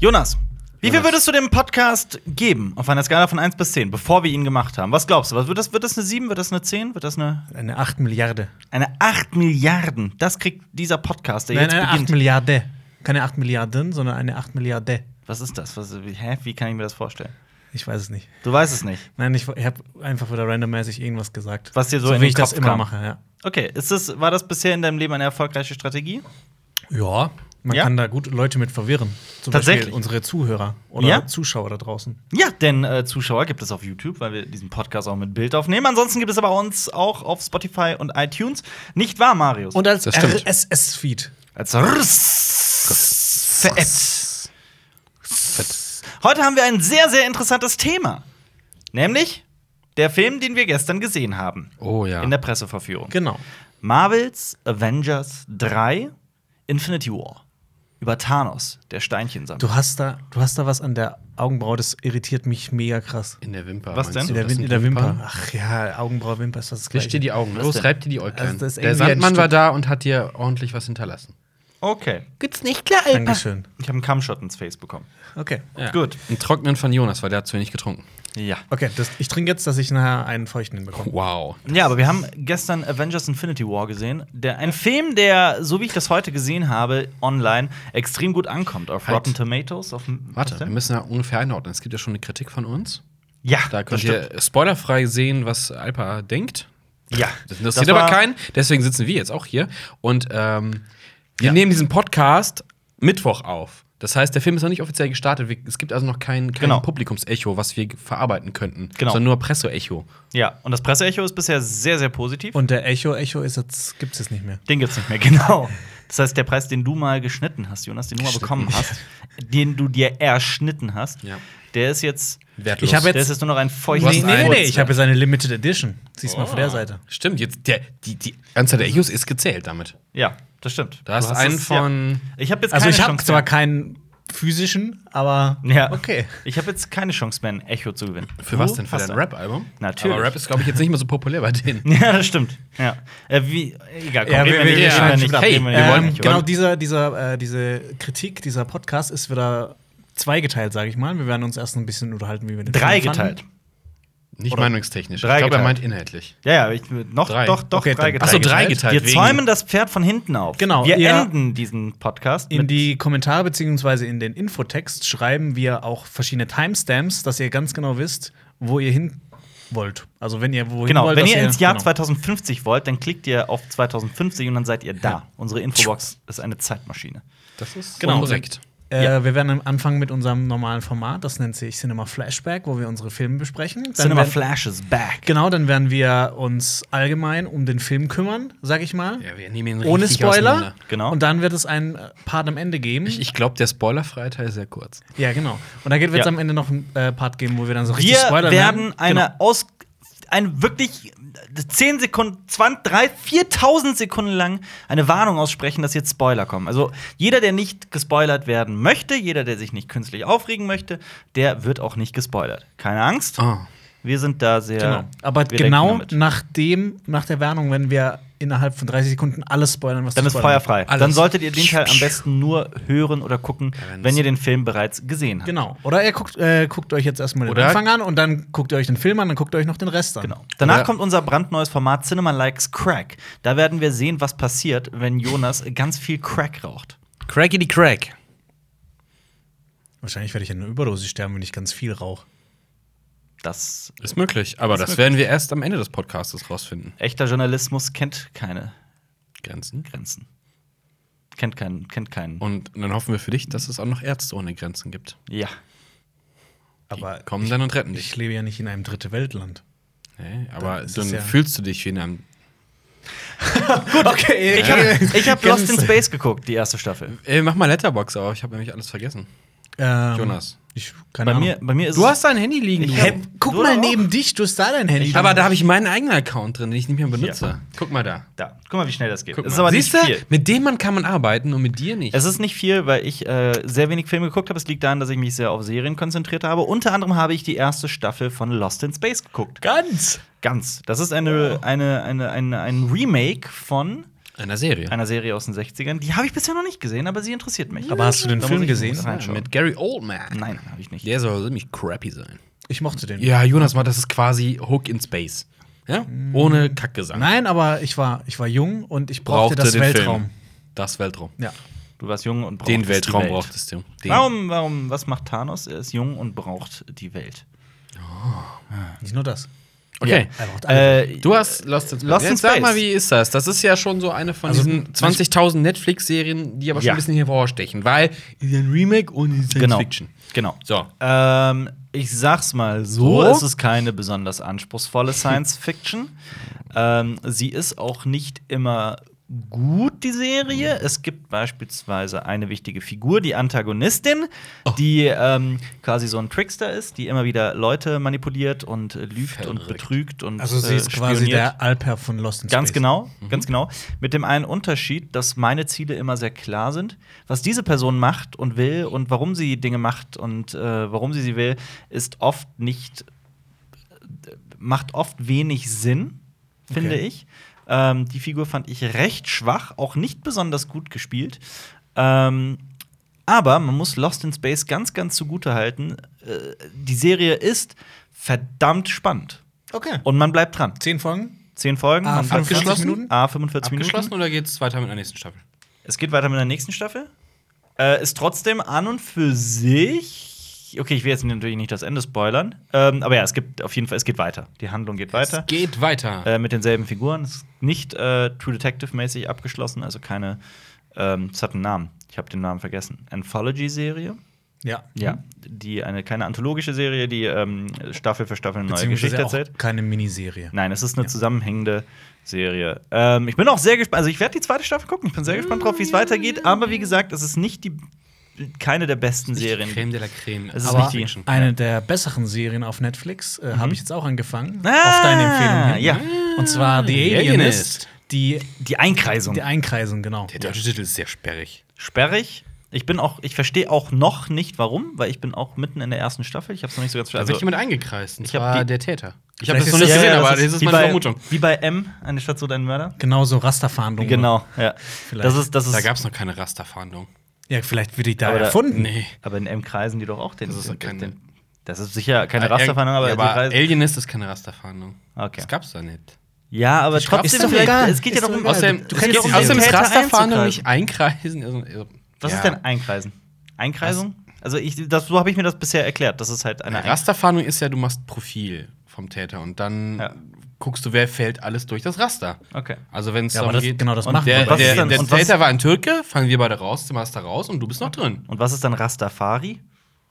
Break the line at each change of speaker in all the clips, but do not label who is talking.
Jonas, wie viel würdest du dem Podcast geben auf einer Skala von 1 bis 10, bevor wir ihn gemacht haben? Was glaubst du? Was wird, das, wird das eine 7? Wird das eine 10? Wird das eine,
Eine 8 Milliarde.
eine 8 Milliarden? Das kriegt dieser Podcast, der
Nein,
jetzt
eine 8
beginnt.
Milliarde. Keine 8 Milliarden, sondern eine 8 Milliarde.
Was ist das? Was, wie- hä? Wie kann ich mir das vorstellen?
Ich weiß es nicht.
Du weißt es nicht.
Nein, ich, ich habe einfach wieder randommäßig irgendwas gesagt.
Was dir so in
wie
den
ich das
Kopf
immer
kam.
mache, ja.
Okay, ist das, war das bisher in deinem Leben eine erfolgreiche Strategie?
Ja. Man
Ja?
kann da gut Leute mit verwirren. Zum
Tatsächlich.
Beispiel unsere Zuhörer oder
Ja?
Zuschauer da draußen.
Ja, denn äh, Zuschauer gibt es auf YouTube, weil wir diesen Podcast auch mit Bild aufnehmen. Ansonsten gibt es aber uns auch auf Spotify und iTunes. Nicht wahr, Marius?
Und als
Das stimmt.
RSS-Feed.
als Rss- Fett. Heute haben wir ein sehr, sehr interessantes Thema. Nämlich der Film, den wir gestern gesehen haben.
Oh ja.
In der Presseverführung.
Genau.
Marvels Avengers 3 Infinity War. Über Thanos, der Steinchen sammelt.
Du hast, da, du hast da was an der Augenbraue, das irritiert mich mega krass.
In der Wimper.
Was
meinst
denn?
du?
In der,
Das
Wim-
sind
in der Wimper.
Wimpern?
Ach ja, Augenbraue, Wimper ist das
Wisch dir
gleiche.
die Augen
Was
los,
denn?
reib dir die Äuglein.
Also, das ist
der
irgendwie ein
Sandmann
Stück-
war da und hat dir ordentlich was hinterlassen.
Okay.
Geht's nicht klar,
Dankeschön.
Ich habe einen Kammshot ins Face bekommen.
Okay.
Ja.
Gut.
Gut. Ein Trocknen von Jonas, weil der hat zu wenig getrunken.
Ja.
Okay, das, ich trinke jetzt, dass ich nachher einen feuchten hinbekomme.
Wow.
Ja, aber wir haben gestern Avengers Infinity War gesehen. Der, ein Film, der, so wie ich das heute gesehen habe, online extrem gut ankommt. Auf
Halt.
Rotten Tomatoes. Auf,
Warte, wir müssen ja ungefähr einordnen. Es gibt ja schon eine Kritik von uns.
Ja,
Da
das
könnt
stimmt.
ihr spoilerfrei sehen, was Alpa denkt.
Ja.
Das interessiert
war-
aber keinen, deswegen sitzen wir jetzt auch hier. Und ähm, wir nehmen diesen Podcast Mittwoch auf. Das heißt, der Film ist noch nicht offiziell gestartet. Wir- Es gibt also noch kein, kein
Genau.
Publikumsecho, was wir verarbeiten könnten,
Genau.
sondern nur Presseecho.
Ja, und das Presseecho ist bisher sehr, sehr positiv.
Und der Echo, Echo ist jetzt, gibt's jetzt nicht mehr.
Den gibt's nicht mehr, genau. Das heißt, der Preis, den du mal geschnitten hast, Jonas, den du mal bekommen hast, den du dir erschnitten hast,
Ja.
der ist jetzt.
Wertlos.
Ich hab jetzt-
Der ist jetzt nur noch ein feuchter.
Nee,
hast
nee,
einen.
nee, ich habe jetzt eine Limited Edition. Siehst du mal von der Seite.
Stimmt, jetzt der, die, die Anzahl der Echos ist gezählt damit.
Ja, das stimmt.
Da hast
Du
du
hast
einen
es, ja.
von.
Ich habe jetzt keine
Also ich habe
Chance
zwar
mehr.
keinen physischen, aber
Ja.
okay.
Ich habe jetzt keine Chance mehr, ein Echo zu gewinnen.
Für
Du
was denn? Für
hast
dein
ein-
Rap-Album?
Natürlich.
Aber Rap ist, glaube ich, jetzt nicht mehr so populär bei denen.
Ja, das stimmt. Ja. Äh, wie, egal, komm,
Ja,
reden
wir-
nicht,
wir
reden
schneiden
nicht,
schon ab.
reden
Hey,
nicht.
wollen
Ähm,
nicht,
genau,
oder?
dieser, dieser, äh, diese Kritik, dieser Podcast ist wieder zweigeteilt, sage ich mal. Wir werden uns erst ein bisschen unterhalten, wie wir den Film
Dreigeteilt.
fanden.
Nicht
Oder-
meinungstechnisch.
Drei
ich glaube, er
geteilt.
meint inhaltlich.
Ja, ja, ich, noch,
Drei.
doch, doch,
Okay, dann-
dreigeteilt.
Achso, drei geteilt.
Wir zäumen das Pferd von hinten auf.
Genau,
Wir
ja.
enden diesen Podcast
In die Kommentare bzw. in den Infotext schreiben wir auch verschiedene Timestamps, dass ihr ganz genau wisst, wo ihr hin wollt. Also wenn ihr wohin
Genau,
wollt,
wenn
dass
ihr ins Jahr
genau.
2050 wollt, dann klickt ihr auf 2050 und dann seid ihr da. Unsere Infobox ist eine Zeitmaschine.
Das ist
Genau.
korrekt.
Äh,
Ja.
Wir werden am Anfang mit unserem normalen Format, das nennt sich Cinema Flashback, wo wir unsere Filme besprechen. Dann
Cinema
werden-
Flash is back.
Genau, dann werden wir uns allgemein um den Film kümmern, sag ich mal.
Ja, wir nehmen ihn
Ohne
richtig
Spoiler.
auseinander.
Genau.
Und dann wird es einen äh, Part am Ende geben.
Ich, ich glaube, der spoilerfreie Teil ist sehr kurz.
ja, genau. Und dann wird es
Ja.
am Ende noch einen äh, Part geben, wo wir dann so richtig ne? Genau.
Wir
spoilern.
werden eine aus ein wirklich 10 Sekunden, 20, 3, 4000 Sekunden lang eine Warnung aussprechen, dass jetzt Spoiler kommen. Also jeder, der nicht gespoilert werden möchte, jeder, der sich nicht künstlich aufregen möchte, der wird auch nicht gespoilert. Keine Angst,
Ah.
wir sind da sehr.
Genau. Aber
Äh, wir
genau
denken damit.
nach dem, nach der Warnung, wenn wir innerhalb von 30 Sekunden alles spoilern, was
Dann
zu
ist
spoilern gibt.
feuerfrei.
Alles.
Dann solltet ihr den Teil am besten nur hören oder gucken,
wenn's-
wenn ihr den Film bereits gesehen habt.
Genau. Oder ihr guckt, äh, guckt euch jetzt erstmal den
Oder-
Anfang an und dann guckt ihr euch den Film an, dann guckt ihr euch noch den Rest an.
Genau. Danach
Ja.
kommt unser brandneues Format Cinema Likes Crack. Da werden wir sehen, was passiert, wenn Jonas ganz viel Crack raucht.
Crackity Crack.
Wahrscheinlich werde ich an einer Überdosis sterben, wenn ich ganz viel rauche.
Das
Ist möglich, aber das werden wir erst am Ende des Podcastes rausfinden.
echter Journalismus kennt keine
Grenzen.
Grenzen. Kennt keinen, kennt keinen.
Und dann hoffen wir für dich, dass es auch noch Ärzte ohne Grenzen gibt.
ja.
Aber
Die kommen dann und retten
ich
dich.
lebe ja nicht in einem dritte Weltland.
Nee, aber
ist
dann
es ja-
fühlst du dich wie in einem.
Gut, okay.
Ich habe ich hab Lost in Space geguckt, die erste Staffel.
Ey, mach mal Letterbox auf, ich habe nämlich alles vergessen.
Ähm,
Jonas.
Ich, keine
Bei
Ahnung.
mir, bei mir ist
Du
es-
hast dein Handy liegen.
Ich
du.
hab-
Hä, guck
Du
mal
auch?
neben dich, du hast da dein Handy.
aber da habe ich meinen eigenen Account drin, den ich nicht mehr benutze.
Ja.
Guck mal da.
Da. Guck mal, wie schnell das geht.
Guck
Es
mal.
ist aber
Siehst
nicht
du,
viel.
mit dem Mann kann man arbeiten und mit dir nicht.
Es ist nicht viel, weil ich äh, sehr wenig Filme geguckt habe. Es liegt daran, dass ich mich sehr auf Serien konzentriert habe. Unter anderem habe ich die erste Staffel von Lost in Space geguckt.
ganz.
Ganz. Das ist eine, eine, eine, eine, ein Remake von
Einer Serie.
einer Serie aus den 60ern. Die habe ich bisher noch nicht gesehen, aber sie interessiert mich.
Aber hast du den
Da
Film
muss ich
gesehen?
mal reinschauen.
Mit Gary Oldman.
Nein, habe ich nicht.
Der soll ziemlich crappy sein.
Ich mochte den.
Ja, Jonas, mal, das ist quasi Hook in Space. Ja?
Hm.
Ohne Kackgesang.
Nein, aber ich war, ich war jung und ich brauchte, das
den
Weltraum.
Film. Das Weltraum.
Ja.
Du warst jung und brauchst
Den Weltraum
die Welt.
brauchtest du. Den.
Warum, warum, was macht Thanos? Er ist jung und braucht die Welt.
Nicht nur das.
Okay.
Er braucht alle.
Äh,
Du hast Lost in Space.
Lost in
Jetzt Sag
Space.
mal, wie ist das? Das ist ja schon so eine von
Also,
diesen 20.000 Netflix-Serien, die aber schon
Ja.
ein bisschen hervorstechen, weil es ist ein Remake und es ist Science
genau.
Fiction.
Genau.
So.
Ähm, ich sag's mal so,
So?
es ist keine besonders anspruchsvolle Science Fiction. ähm, sie ist auch nicht immer gut, die Serie. Es gibt beispielsweise eine wichtige Figur, die Antagonistin,
Oh.
die ähm, quasi so ein Trickster ist, die immer wieder Leute manipuliert und äh, lügt und
Verrückt.
betrügt und
also sie ist
äh,
quasi
spioniert.
der Alper von Lost in Space. Mhm.
Ganz genau, ganz genau. Mit dem einen Unterschied, dass meine Ziele immer sehr klar sind. Was diese Person macht und will und warum sie Dinge macht und äh, warum sie sie will, ist oft nicht, macht oft wenig Sinn, finde
Okay.
ich. Ähm, die Figur fand ich recht schwach, auch nicht besonders gut gespielt. Ähm, aber man muss Lost in Space ganz, ganz zugute halten. Äh, die Serie ist verdammt spannend.
Okay.
Und man bleibt dran.
Zehn Folgen?
Zehn Folgen,
Ah,
man fängt
45
an.
Minuten?
Ah, 45 Minuten.
Abgeschlossen oder geht's weiter mit der nächsten Staffel?
Es geht weiter mit der nächsten Staffel. Äh, ist trotzdem an und für sich. Okay, ich will jetzt natürlich nicht das Ende spoilern. Ähm, aber ja, es gibt auf jeden Fall, es geht weiter. Die Handlung geht weiter.
Es geht weiter.
Äh, mit denselben Figuren. Es ist nicht äh, True Detective-mäßig abgeschlossen, also keine. Ähm, es hat einen Namen. Ich habe den Namen vergessen. Anthology-Serie.
Ja.
Ja. Die eine keine anthologische Serie, die ähm, Staffel für Staffel eine neue
Beziehungsweise
Geschichte erzählt.
auch keine Miniserie.
Nein, es ist eine zusammenhängende Serie. Ähm, ich bin auch sehr gespannt. Also ich werde die zweite Staffel gucken. Ich bin sehr gespannt drauf, wie es weitergeht. Aber wie gesagt, es ist nicht die keine der besten
Serien.
Serien.
Creme de la Creme.
Es ist
Aber
nicht die- Ah, Mhm.
Fiction.
eine der besseren Serien auf Netflix äh, habe ich jetzt auch angefangen.
Ah,
auf deine Empfehlung. hin.
ja.
Und zwar The
The Alienist.
Alienist, die,
Die Einkreisung.
die Einkreisung, genau.
Der deutsche Titel ist sehr sperrig.
Sperrig. Ich bin auch, ich verstehe auch noch nicht, warum, weil ich bin auch mitten in der ersten Staffel. Ich habe es noch nicht so ganz
Da wird jemand eingekreist. Und
Also ich hab
zwar
die-
der Täter. Ich habe
Vielleicht
das noch nicht
ist-
gesehen,
Ja, ja,
aber das ist
wie
meine
bei-
Vermutung.
Wie bei M, eine Stadt so deinen Mörder.
Genauso Rasterfahndung.
Genau, ja.
Vielleicht.
Das ist, das ist. Hm.
Da gab es noch keine Rasterfahndung.
Ja, vielleicht wird die da
Aber da-
erfunden.
Nee.
aber in M kreisen die doch auch den.
Das ist
den,
keine- Äh,
den das ist sicher keine Rasterfahndung, aber,
ja,
die
aber
Kreise-
Alienist ist keine Rasterfahndung.
Okay.
Das gab's da nicht.
Ja, aber
Strafe
trotzdem,
ist doch
vielleicht-
egal.
es geht ja um
Ist
darum,
doch egal.
Außerdem,
du
es geht-
kannst ja
außerdem
den
ist
Täter halt.
Rasterfahndung
einzukreisen.
nicht einkreisen. Also, also,
Was
ja.
ist denn Einkreisen? Einkreisung? Also ich, das, so habe ich mir das bisher erklärt. Das ist halt eine
Eine
Einkreisung.
Rasterfahndung ist ja, du machst Profil vom Täter und dann
Ja.
guckst du, wer fällt alles durch das Raster.
Okay.
Also wenn es
Ja, aber
darum
das-
geht,
genau das
und
machen
der,
wir bei
der,
Aliens.
der
Und was-
Täter war ein Türke, fangen wir beide raus, du machst da raus und du bist noch drin.
Und was ist dann Rastafari?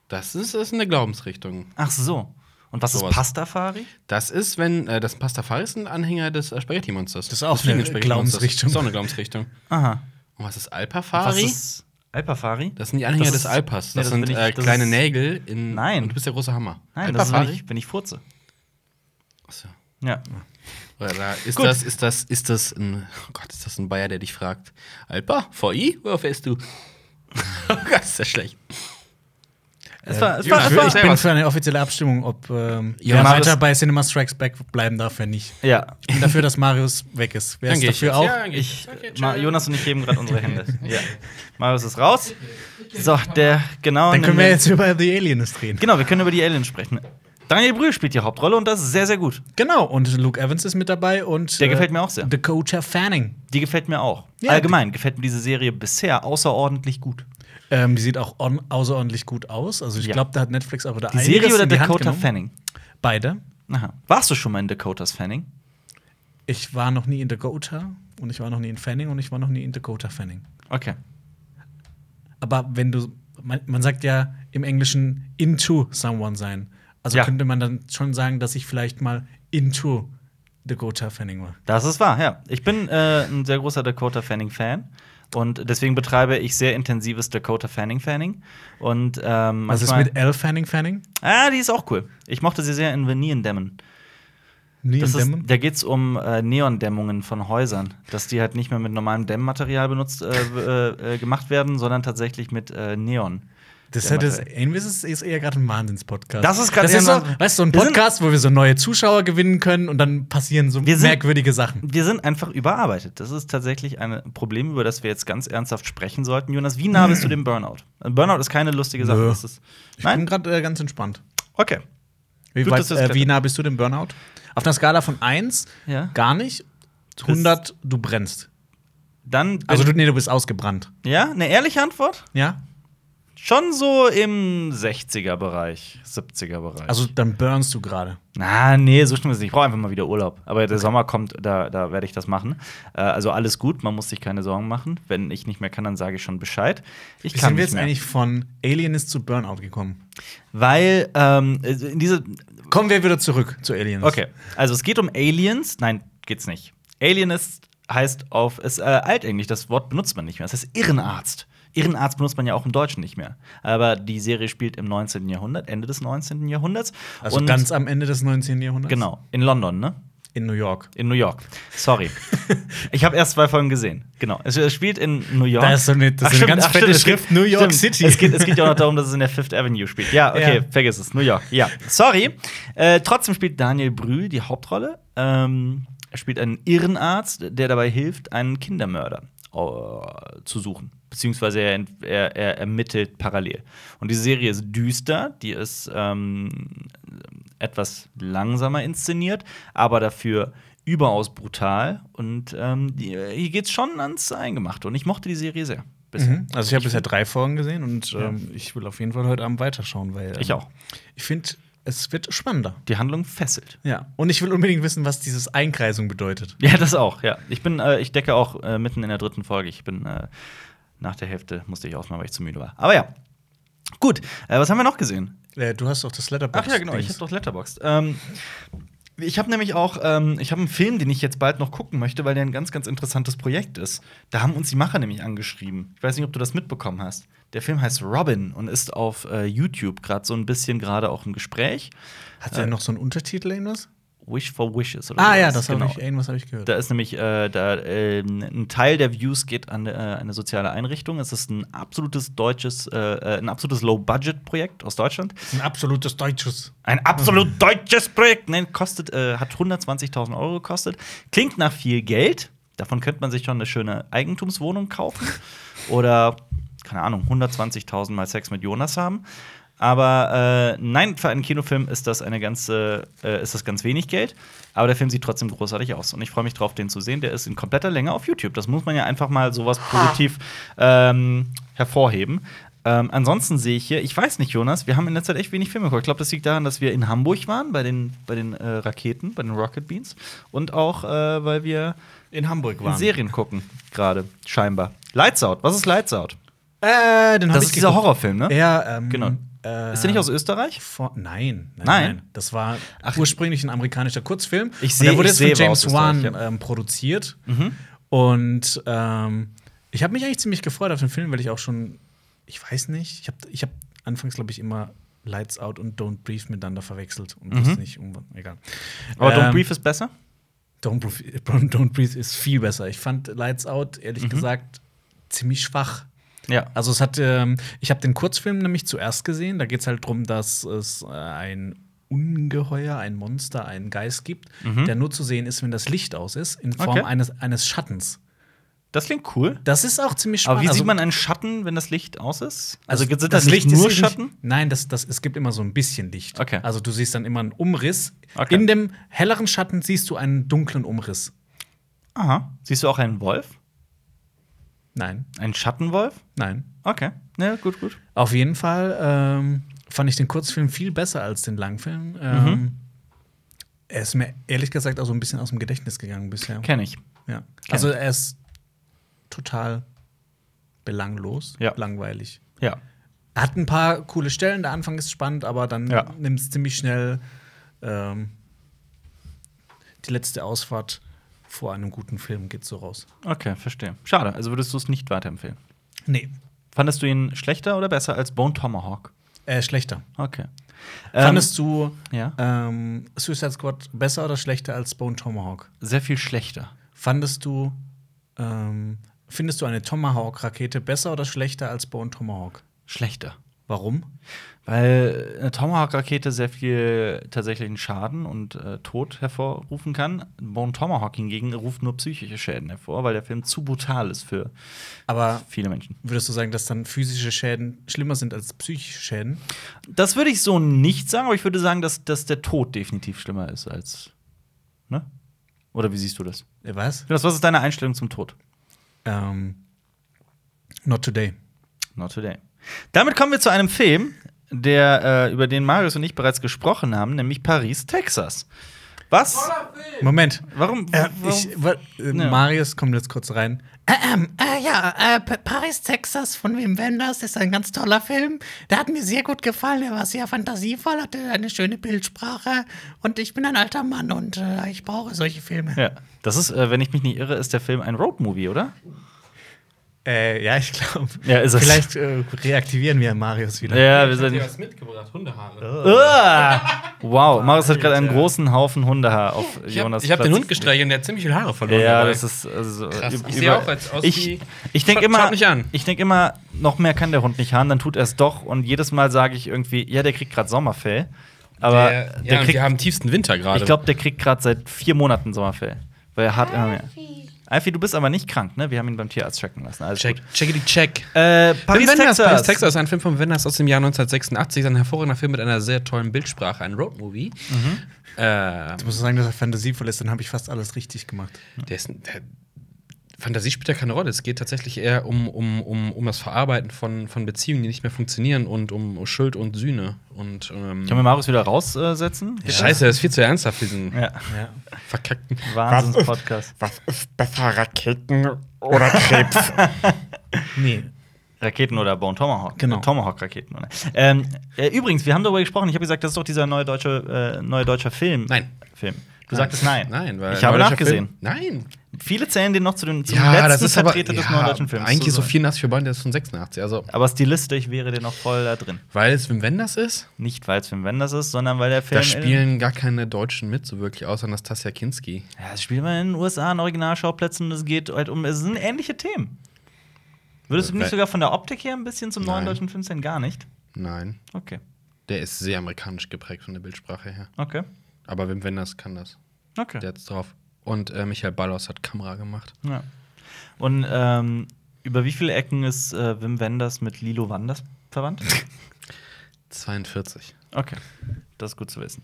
Das ist, das ist eine Glaubensrichtung.
Ach so. Und was
Sowas.
ist Pastafari?
Das ist, wenn äh, das Pastafari ist ein Anhänger des äh, Spaghetti-Monsters.
Das ist auch
Des fliegenden
eine
Spaghetti-Monsters.
Glaubensrichtung.
Das ist auch eine Glaubensrichtung.
Aha.
Und was ist
Was
Alpafari?
ist Alpafari?
Das sind die Anhänger
Das
des
ist-
Alpas.
Nee, das
Das sind
bin ich-
äh,
das
kleine
ist-
Nägel. In,
Nein.
Und du bist der große Hammer.
Nein, das ist, wenn, ich, wenn ich furze.
Achso.
Ja.
Oder ist
Gut.
das, ist das, ist das ein, oh Gott, ist das ein Bayer, der dich fragt? Alpa, VI, woher fährst du? oh Gott, ist das schlecht.
Es war, es
Äh,
war,
Ich,
es
Jürgen,
war,
will, ich
Selber.
bin für eine offizielle Abstimmung, ob ähm,
Ja,
wer
Marius-
weiter bei Cinema Strikes Back bleiben darf, wer nicht.
ja.
Ich bin dafür, dass Marius weg ist. Wer
Dann
ist
geh ich
dafür
jetzt.
auch?
Ja, dann geh
Ich,
Okay, tschüss.
Ma, Jonas und ich heben gerade unsere Hände. ja. Marius ist raus. So, der genau.
Dann können wir
nämlich-
jetzt über The Alienist reden.
Genau, wir können über die Aliens sprechen. Daniel Brühl spielt die Hauptrolle und das ist sehr, sehr gut.
Genau, und Luke Evans ist mit dabei und
Der gefällt mir auch sehr.
Dakota Fanning.
Die gefällt mir auch.
Ja,
Allgemein gefällt mir diese Serie bisher außerordentlich gut.
Ähm, die sieht auch on, außerordentlich gut aus. Also ich
Ja.
glaube, da hat Netflix aber da
Die Serie
einiges
oder
in die Hand
Dakota
genommen.
Fanning?
Beide.
Aha. Warst du schon mal in Dakotas Fanning?
Ich war noch nie in Dakota und ich war noch nie in Fanning und ich war noch nie in Dakota Fanning.
Okay.
Aber wenn du, man, man sagt ja im Englischen into someone sein. Also
Ja.
könnte man dann schon sagen, dass ich vielleicht mal into Dakota Fanning war.
Das ist wahr, ja. Ich bin äh, ein sehr großer Dakota Fanning-Fan. Und deswegen betreibe ich sehr intensives Dakota Fanning-Fanning. Und ähm,
Was ist
manchmal-
mit L Fanning Fanning?
Ah, die ist auch cool. Ich mochte sie sehr in Neon Demon.
Nie
Das
in
ist,
Dämmen?
da geht es um äh, Neondämmungen von Häusern, dass die halt nicht mehr mit normalem Dämmmaterial benutzt äh, w- äh, äh, gemacht werden, sondern tatsächlich mit äh, Neon.
Das
Der
hätte es,
Mathe.
irgendwie ist es ist eher gerade ein Wahnsinns-Podcast.
Das ist gerade
Das ist
eher
so,
ein Wahnsinn-
weißt du, so ein
Wir sind-
Podcast, wo wir so neue Zuschauer gewinnen können und dann passieren so
Wir sind-
merkwürdige Sachen.
Wir sind einfach überarbeitet. Das ist tatsächlich ein Problem, über das wir jetzt ganz ernsthaft sprechen sollten. Jonas, wie nah bist du dem Burnout? Ein Burnout ist keine lustige Sache.
Nö.
Das ist,
Ich bin
nein?
gerade äh, ganz entspannt.
Okay.
Wie,
Gut,
weit,
dass du das
äh, wie
geklärt
nah bist du dem Burnout? Auf einer Skala von 1
Ja.
gar nicht, zu 100 du brennst.
Dann. bin-
Also du, nee, du bist ausgebrannt.
ja, eine ehrliche Antwort?
Ja?
Schon so im 60er-Bereich, 70er-Bereich.
Also dann burnst du gerade.
Na, nee, so schlimm ist es nicht. Ich brauche einfach mal wieder Urlaub. Aber der Sommer kommt, da, da werde ich das machen. Äh, also alles gut, man muss sich keine Sorgen machen. Wenn ich nicht mehr kann, dann sage ich schon Bescheid. Ich
Wie
kann
sind wir
nicht
jetzt
mehr.
eigentlich von Alienist zu Burnout gekommen?
Weil ähm, also in diese.
Kommen wir wieder zurück zu Alienist.
Okay, also es geht um Aliens. Nein, geht's nicht. Alienist heißt auf ist äh, altenglisch. Das Wort benutzt man nicht mehr. Das heißt Irrenarzt. Irrenarzt benutzt man ja auch im Deutschen nicht mehr. Aber die Serie spielt im 19. Jahrhundert, Ende des 19. Jahrhunderts.
Also
Und-
ganz am Ende des 19. Jahrhunderts?
Genau, in London, ne?
In New York.
In New York. Sorry. ich habe erst zwei Folgen gesehen. Genau. Es, es spielt in New York.
Da ist so eine- das ist eine ganz fette
es
Schrift, New York City.
Es geht, es geht ja auch noch darum, dass es in der Fifth Avenue spielt. Ja, okay,
Ja.
vergiss es. New York. Ja. Sorry. Äh, trotzdem spielt Daniel Brühl die Hauptrolle. Ähm, er spielt einen Irrenarzt, der dabei hilft, einen Kindermörder äh, zu suchen. Beziehungsweise er, ent- er, er ermittelt parallel. Und diese Serie ist düster, die ist ähm, etwas langsamer inszeniert, aber dafür überaus brutal. Und ähm, die, hier geht's schon ans Eingemachte. Und ich mochte die Serie sehr. Bisher.
Mhm. Also ich habe bisher drei Folgen gesehen und ähm, ich will auf jeden Fall heute Abend weiterschauen, weil ähm,
Ich auch.
Ich finde, es wird spannender.
Die Handlung fesselt.
Ja. Und ich will unbedingt wissen, was dieses Einkreisung bedeutet.
Ja, das auch, ja. Ich bin, äh, ich decke auch äh, mitten in der dritten Folge. Ich bin äh, nach der Hälfte musste ich ausmachen, weil ich zu müde war. Aber ja. Gut, äh, was haben wir noch gesehen?
Äh, du hast doch das Letterboxd.
Ach ja, genau, ich habe
Dings.
doch Letterboxd. Ähm, ich habe nämlich auch, ähm, ich habe einen Film, den ich jetzt bald noch gucken möchte, weil der ein ganz, ganz interessantes Projekt ist. Da haben uns die Macher nämlich angeschrieben. Ich weiß nicht, ob du das mitbekommen hast. Der Film heißt Robin und ist auf äh, YouTube gerade so ein bisschen gerade auch im Gespräch.
Hat der noch so einen Untertitel irgendwas?
Wish for Wishes oder
Ah
sowas,
ja, das habe ich, irgendwas habe ich gehört.
genau. Da ist nämlich äh, da, äh, ein Teil der Views geht an äh, eine soziale Einrichtung. Es ist ein absolutes deutsches, äh, äh, ein absolutes Low-Budget-Projekt aus Deutschland.
ein absolutes Deutsches.
Ein absolut deutsches Projekt. Nein, kostet, äh, hat 120.000 Euro gekostet. Klingt nach viel Geld. Davon könnte man sich schon eine schöne Eigentumswohnung kaufen. Oder, keine Ahnung, 120.000 mal Sex mit Jonas haben. Aber äh, nein, für einen Kinofilm ist das eine ganze, äh, ist das ganz wenig Geld. Aber der Film sieht trotzdem großartig aus. Und ich freue mich drauf, den zu sehen. Der ist in kompletter Länge auf YouTube. Das muss man ja einfach mal sowas positiv ähm, hervorheben. Ähm, ansonsten sehe ich hier, ich weiß nicht, Jonas, wir haben in letzter Zeit echt wenig Filme geguckt. Ich glaube, das liegt daran, dass wir in Hamburg waren, bei den, bei den äh, Raketen, bei den Rocket Beans. Und auch, äh, weil wir
In Hamburg
in
waren.
Serien gucken, gerade, scheinbar. Lights Out, was ist Lights Out?
Äh, den hab
Das
ich
ist dieser
geguckt.
Horrorfilm, ne?
Ja, ähm,
Genau.
Äh,
Ist der nicht aus Österreich?
Vor nein,
Nein?
nein, nein, Das war ursprünglich ein amerikanischer Kurzfilm.
Ich
Und
sehe-
Der wurde
ich Mhm. sehe
jetzt von
was
James
aus
Wan
Österreich,
ähm, produziert. Und ähm, ich habe mich eigentlich ziemlich gefreut auf den Film, weil ich auch schon, ich weiß nicht, ich habe ich hab anfangs, glaube ich, immer Lights Out und Don't Brief miteinander verwechselt. Und wusste nicht, um, egal.
Mhm. Aber Oh, Don't
Ähm,
Brief ist besser?
Don't Breathe, Don't Breathe ist viel besser. Ich fand Lights Out,
Mhm.
ehrlich gesagt, ziemlich schwach.
Ja.
Also es hat, ähm, ich habe den Kurzfilm nämlich zuerst gesehen. Da geht es halt darum, dass es äh, ein Ungeheuer, ein Monster, einen Geist gibt, der nur zu sehen ist, wenn das Licht aus ist, in Form
Mhm. Okay.
eines, eines Schattens.
Das klingt cool.
Das ist auch ziemlich spannend.
Aber wie
Also-
sieht man einen Schatten, wenn das Licht aus ist? Also
also
sind das,
das
nicht
Licht
nur
ist
Schatten?
Nicht, nein, das, das, es gibt immer so ein bisschen Licht.
Okay.
Also du siehst dann immer einen Umriss.
Okay.
In dem helleren Schatten siehst du einen dunklen Umriss.
Aha. Siehst du auch einen Wolf?
Nein,
Einen Schattenwolf?
nein.
Okay. Ja, gut, gut.
Auf jeden Fall ähm, fand ich den Kurzfilm viel besser als den Langfilm. Ähm,
Mhm.
Er ist mir ehrlich gesagt auch so ein bisschen aus dem Gedächtnis gegangen bisher.
Kenn ich.
Ja. Also er ist total belanglos,
Ja.
langweilig.
Ja.
Er hat ein paar coole Stellen, der Anfang ist spannend, aber dann
Ja.
nimmt es ziemlich schnell ähm, die letzte Ausfahrt vor einem guten Film geht so raus.
Okay, verstehe. Schade. Also würdest du es nicht weiterempfehlen?
Nee,
Fandest du ihn schlechter oder besser als Bone Tomahawk?
äh, schlechter.
Okay. Ähm,
Fandest du
ja.
ähm, Suicide Squad besser oder schlechter als Bone Tomahawk?
sehr viel schlechter.
Fandest du, ähm, findest du eine Tomahawk-Rakete besser oder schlechter als Bone Tomahawk?
Schlechter.
Warum?
Weil eine Tomahawk-Rakete sehr viel tatsächlichen Schaden und äh, Tod hervorrufen kann. Bone Tomahawk hingegen ruft nur psychische Schäden hervor, weil der Film zu brutal ist für
Aber
viele Menschen.
würdest du sagen, dass dann physische Schäden schlimmer sind als psychische Schäden?
Das würde ich so nicht sagen, aber ich würde sagen, dass, dass der Tod definitiv schlimmer ist als. Ne? Oder wie siehst du das?
Äh, Was?
Jonas, was ist deine Einstellung zum Tod?
Ähm, not today.
Not today. Damit kommen wir zu einem Film, der, äh, über den Marius und ich bereits gesprochen haben, nämlich Paris, Texas. Was?
Moment.
Warum?
Äh,
warum?
ich, wa- äh,
Ja.
Marius kommt jetzt kurz rein. Ähm, äh, ja, äh, P- Paris, Texas von Wim Wenders ist ein ganz toller Film. Der hat mir sehr gut gefallen. Er war sehr fantasievoll, hatte eine schöne Bildsprache. Und ich bin ein alter Mann und äh, ich brauche solche Filme.
ja, das ist, äh, wenn ich mich nicht irre, ist der Film ein Roadmovie, oder?
Äh, ja, ich glaube.
Ja, ist es.
Vielleicht äh, reaktivieren wir Marius wieder. Oh.
Ja, wir
Ich hab
sind.
dir was mitgebracht, Hundehaare.
Uah! Wow, Marius hat gerade einen großen Haufen Hundehaar auf
Ich hab,
Jonas.
ich hab den
Platz.
Hund gestreichelt und der hat ziemlich viel Haare verloren.
Ja,
dabei.
das ist also
Krass.
üb- über-
Ich sehe auch als aus
ich,
wie-
ich denke
Schaut-
immer,
schaut mich an.
ich denke immer, noch mehr kann der Hund nicht haben, dann tut er es doch und jedes Mal sage ich irgendwie, ja, der kriegt gerade Sommerfell, aber
der, ja,
der,
und
kriegt,
wir haben tiefsten Winter gerade.
ich glaube, der kriegt gerade seit vier Monaten Sommerfell, weil er hart immer mehr. Alfie, du bist aber nicht krank, ne? Wir haben ihn beim Tierarzt checken lassen. Alles
check,
gut.
checkity check.
Äh, Paris,
Wim
Texas.
Wenders, Paris, Texas ist ein Film von Wim Wenders aus dem Jahr 1986, ein hervorragender Film mit einer sehr tollen Bildsprache, ein Roadmovie.
Mhm.
Äh,
Ich muss sagen, dass er fantasievoll ist, dann habe ich fast alles richtig gemacht.
der ist, der, Fantasie spielt ja keine Rolle. Es geht tatsächlich eher um, um, um, um das Verarbeiten von, von Beziehungen, die nicht mehr funktionieren und um Schuld und Sühne. Und ähm,
Können wir Marius wieder raussetzen?
Scheiße, das ist viel zu ernsthaft für diesen
Ja,
Ja.
verkackten.
Wahnsinns-Podcast.
Was ist besser, Raketen oder Krebs?
Nee.
Raketen oder Bone Tomahawk.
Genau.
Äh, Tomahawk-Raketen. oder? Ähm, äh, übrigens, wir haben darüber gesprochen. Ich habe gesagt, das ist doch dieser neue deutsche, äh, neue deutsche Film.
Nein.
Film. Du sagtest nein.
Nein, weil
ich habe
neuer
nachgesehen.
Film- Nein,
Viele zählen den noch zu den, zum
ja,
letzten
das ist aber
Vertreter des
ja,
neuen deutschen Films.
Eigentlich ist
zu
so
sein.
84 für Bayern, der ist von 86. Also,
Aber stilistisch wäre der noch voll da drin.
weil es Wim Wenders ist,
Nicht, weil es Wim Wenders ist, sondern weil der Film.
da spielen gar keine Deutschen mit, so wirklich, außer Nastasia Kinski.
ja, das spielt man in den USA an Originalschauplätzen und es geht halt um. Es sind ähnliche Themen. Würdest du
Äh,
nicht
weil-
sogar von der Optik her ein bisschen zum neuen
Nein.
deutschen Film sein? Gar nicht.
Nein,
Okay.
der ist sehr amerikanisch geprägt von der Bildsprache her.
Okay.
Aber Wim Wenders kann das.
Okay.
Der hat's drauf. Und äh, Michael Ballos hat Kamera gemacht.
Ja. Und ähm, über wie viele Ecken ist äh, Wim Wenders mit Lilo Wanders verwandt?
42.
Okay, das ist gut zu wissen.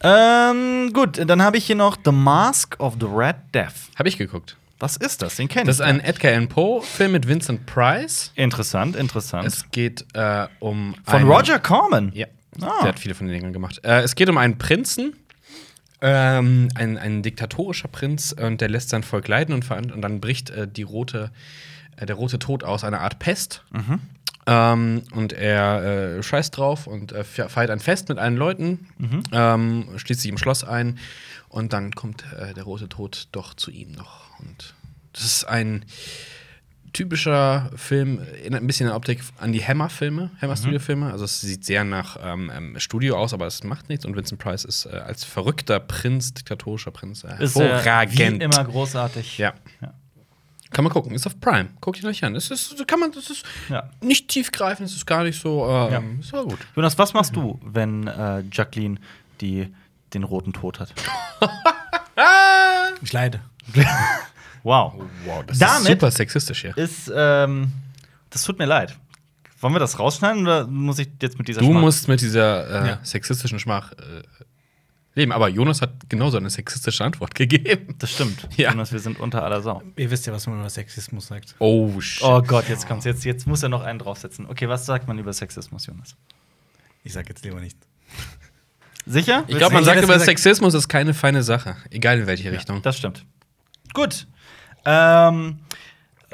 Ähm, gut, dann habe ich hier noch The Mask of the Red Death.
Habe ich geguckt.
Was ist das? Den kenne ich.
Das ist ein Edgar Allan Poe-Film mit Vincent Price.
interessant, interessant.
Es geht äh, um.
Von
einen-
Roger Corman.
Ja.
Ah.
Der hat viele von den Dingern gemacht. Äh, es geht um einen Prinzen, ähm, ein, ein diktatorischer Prinz, und der lässt sein Volk leiden und, veran- und dann bricht äh, die rote, äh, der rote Tod aus, eine Art Pest. Ähm, und er äh, scheißt drauf und äh, fe- feiert ein Fest mit allen Leuten,
Mhm.
ähm, schließt sich im Schloss ein und dann kommt äh, der rote Tod doch zu ihm noch. Und das ist ein typischer Film, erinnert ein bisschen in der Optik an die Hammer-Filme,
Mhm.
Hammer-Studio-Filme. Also es sieht sehr nach ähm, ähm, Studio aus, aber es macht nichts. Und Vincent Price ist äh, als verrückter Prinz, diktatorischer Prinz, äh,
Ist äh,
hervorragend.
wie immer großartig.
Ja.
Ja.
Kann man gucken, ist auf Prime. Guckt ihn euch an. Es ist, kann man, das ist
Ja.
nicht tiefgreifend, es ist gar nicht so. Ähm,
Ja.
Ist aber gut.
Jonas, was machst du, wenn äh, Jacqueline die, den roten Tod hat?
Ich leide.
Wow.
Wow, das
Damit-
ist super sexistisch hier.
Ist, ähm, das tut mir leid. Wollen wir das rausschneiden oder muss ich jetzt mit dieser
Du
Schmach-
musst mit dieser äh,
Ja.
sexistischen Schmach äh, leben. Aber Jonas hat genauso eine sexistische Antwort gegeben.
Das stimmt.
Ja.
Jonas, wir sind unter aller Sau.
Ihr wisst ja, was man über Sexismus sagt.
Oh, shit.
Oh Gott, jetzt kommt's. Jetzt, jetzt muss er noch einen draufsetzen. Okay, was sagt man über Sexismus, Jonas?
Ich sag jetzt lieber nicht.
Sicher?
Ich glaube, man
Ich
sagt
hätte
über
gesagt-
Sexismus ist keine feine Sache. Egal in welche Richtung.
Das stimmt. Gut. Ähm,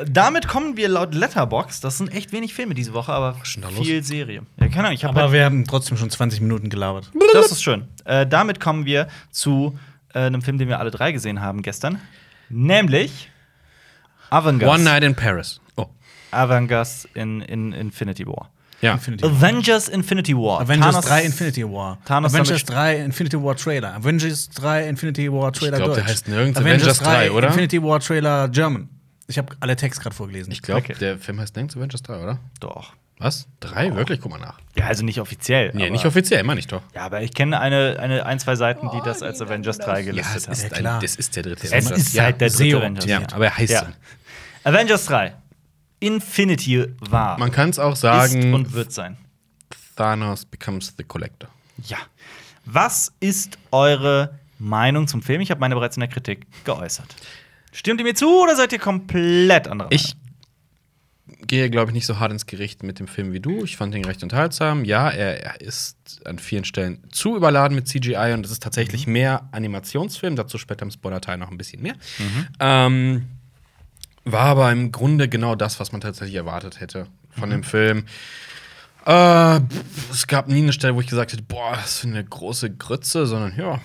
damit kommen wir laut Letterbox. Das sind echt wenig Filme diese Woche, aber
denn da los?
viel Serie. Ja, keine Ahnung, ich halt habe
Aber wir haben trotzdem schon 20 Minuten gelabert.
Das ist schön. Äh, damit kommen wir zu äh, einem Film, den wir alle drei gesehen haben gestern. Nämlich Avengers.
One Night in Paris. Oh.
Avengers in, in Infinity War.
Ja.
Infinity War.
Avengers Infinity War.
Avengers
Thanos-
3 Infinity War.
Thanos
Avengers
damit-
3 Infinity War Trailer. Avengers 3 Infinity War Trailer
glaub, der
Deutsch.
heißt nirgends Avengers 3, oder?
Infinity War Trailer German. Ich habe alle Text gerade vorgelesen.
Ich glaube,
Okay.
der Film heißt Dance Avengers 3, oder?
Doch.
Was? Drei? Wirklich? Guck mal nach.
Ja, also nicht offiziell.
Nee,
aber,
nicht offiziell, meine ich doch.
Ja, aber ich kenne eine, eine, ein, zwei Seiten, die das als Avengers 3
Ja,
gelistet
es ist,
haben.
Ja,
ein,
klar.
das ist der dritte
Es ist halt der dritte Avengers.
Ja, aber er heißt
Ja.
so.
Avengers 3. Infinity war.
Man kann es auch
ist
sagen,
und wird sein.
Thanos becomes the Collector.
Ja. Was ist eure Meinung zum Film? Ich habe meine bereits in der Kritik geäußert. Stimmt ihr mir zu oder seid ihr komplett anderer
Ich gehe, glaube ich, nicht so hart ins Gericht mit dem Film wie du. Ich fand ihn recht unterhaltsam. Ja, er, er ist an vielen Stellen zu überladen mit CGI und es ist tatsächlich mehr Animationsfilm. Dazu später im Spoiler-Teil noch ein bisschen mehr. Ähm, war aber im Grunde genau das, was man tatsächlich erwartet hätte von dem Film. Äh, pff, es gab nie eine Stelle, wo ich gesagt hätte, boah, das ist eine große Grütze, sondern ja,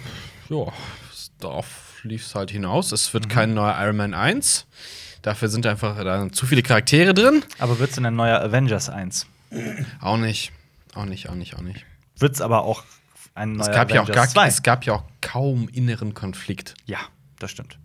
ja, es- darauf lief es halt hinaus. Es wird kein neuer Iron Man 1. Dafür sind einfach da zu viele Charaktere drin.
Aber wird es denn ein neuer Avengers 1?
Auch nicht. Auch nicht, auch nicht, auch nicht.
Wird es aber auch ein neuer
Es gab, ja auch
Avengers
gar,
2?
es gab ja auch kaum inneren Konflikt.
ja, das stimmt.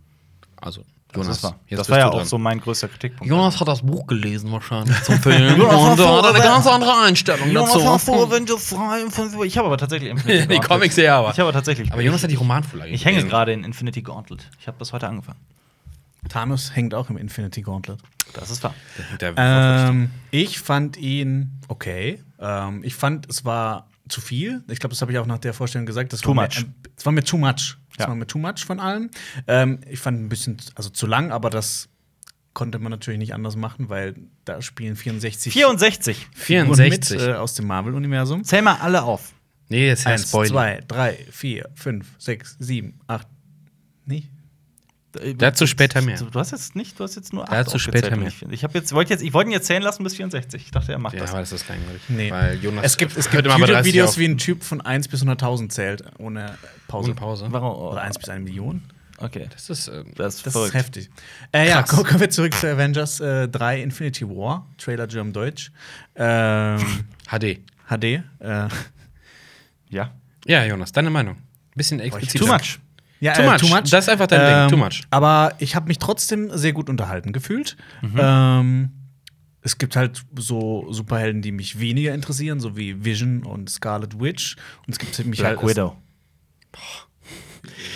Also,
Das
Jonas,
ist wahr.
jetzt
das
bist
war ja
du
auch
dran.
so mein größter Kritikpunkt.
Jonas hat das Buch gelesen wahrscheinlich zum Film
Jonas
und
war
hat eine
vor-
ganz andere Einstellung dazu.
Avengers 3 Ich habe aber tatsächlich Infinity
Die Comics ja aber.
Ich habe tatsächlich.
Aber Jonas hat die Romanvorlage
ich hänge
gelesen.
gerade in Infinity Gauntlet. Ich habe das heute angefangen.
Thanos hängt auch im Infinity Gauntlet.
Das ist wahr.
Der
Ähm, ich fand ihn okay. Ähm, ich fand, es war zu viel. Ich glaube, das habe ich auch nach der Vorstellung gesagt. Das
Too
war
much.
Mir, ein- es war mir too much. Es
Ja.
war mir too much von allem. Ähm, ich fand ein bisschen, also zu lang, aber das konnte man natürlich nicht anders machen, weil da spielen 64
64.
Figuren
64.
Mit, äh, aus dem Marvel-Universum.
Zähl mal alle auf.
nee, das ist ja ein
Eins,
Spoiler.
zwei, drei, vier, fünf, sechs, sieben, acht. Nicht?
Dazu später mehr.
Du hast Äh, jetzt nicht, du hast jetzt nur acht
Dazu später
aufgezählt,
mehr.
Ich, ich hab jetzt, wollte jetzt, ich wollte ihn jetzt zählen lassen bis 64. Ich dachte, er macht
Ja,
das.
aber das ist langweilig.
Nee.
Weil Jonas
es gibt, es
hört
gibt
immer bei 30
YouTube-Videos,
auf.
wie ein Typ von 1 bis 100.000 zählt, ohne Pause.
Ohne Pause.
Warum?
Oder 1 bis 1 Million.
Okay.
Das ist ähm,
Das ist
Das
verrückt.
ist heftig. Äh, ja,
Krass.
kommen wir zurück zu Avengers äh, 3 Infinity War, Trailer German Deutsch. Ähm,
HD.
HD. Äh,
ja.
Ja, Jonas, deine Meinung. Bisschen explizit.
Too much.
ja, äh,
Too much. Das ist einfach dein Ding, too much.
Ähm, Aber ich habe mich trotzdem sehr gut unterhalten gefühlt.
Mhm.
Ähm, es gibt halt so Superhelden, die mich weniger interessieren, so wie Vision und Scarlet Witch. Und es gibt mich halt.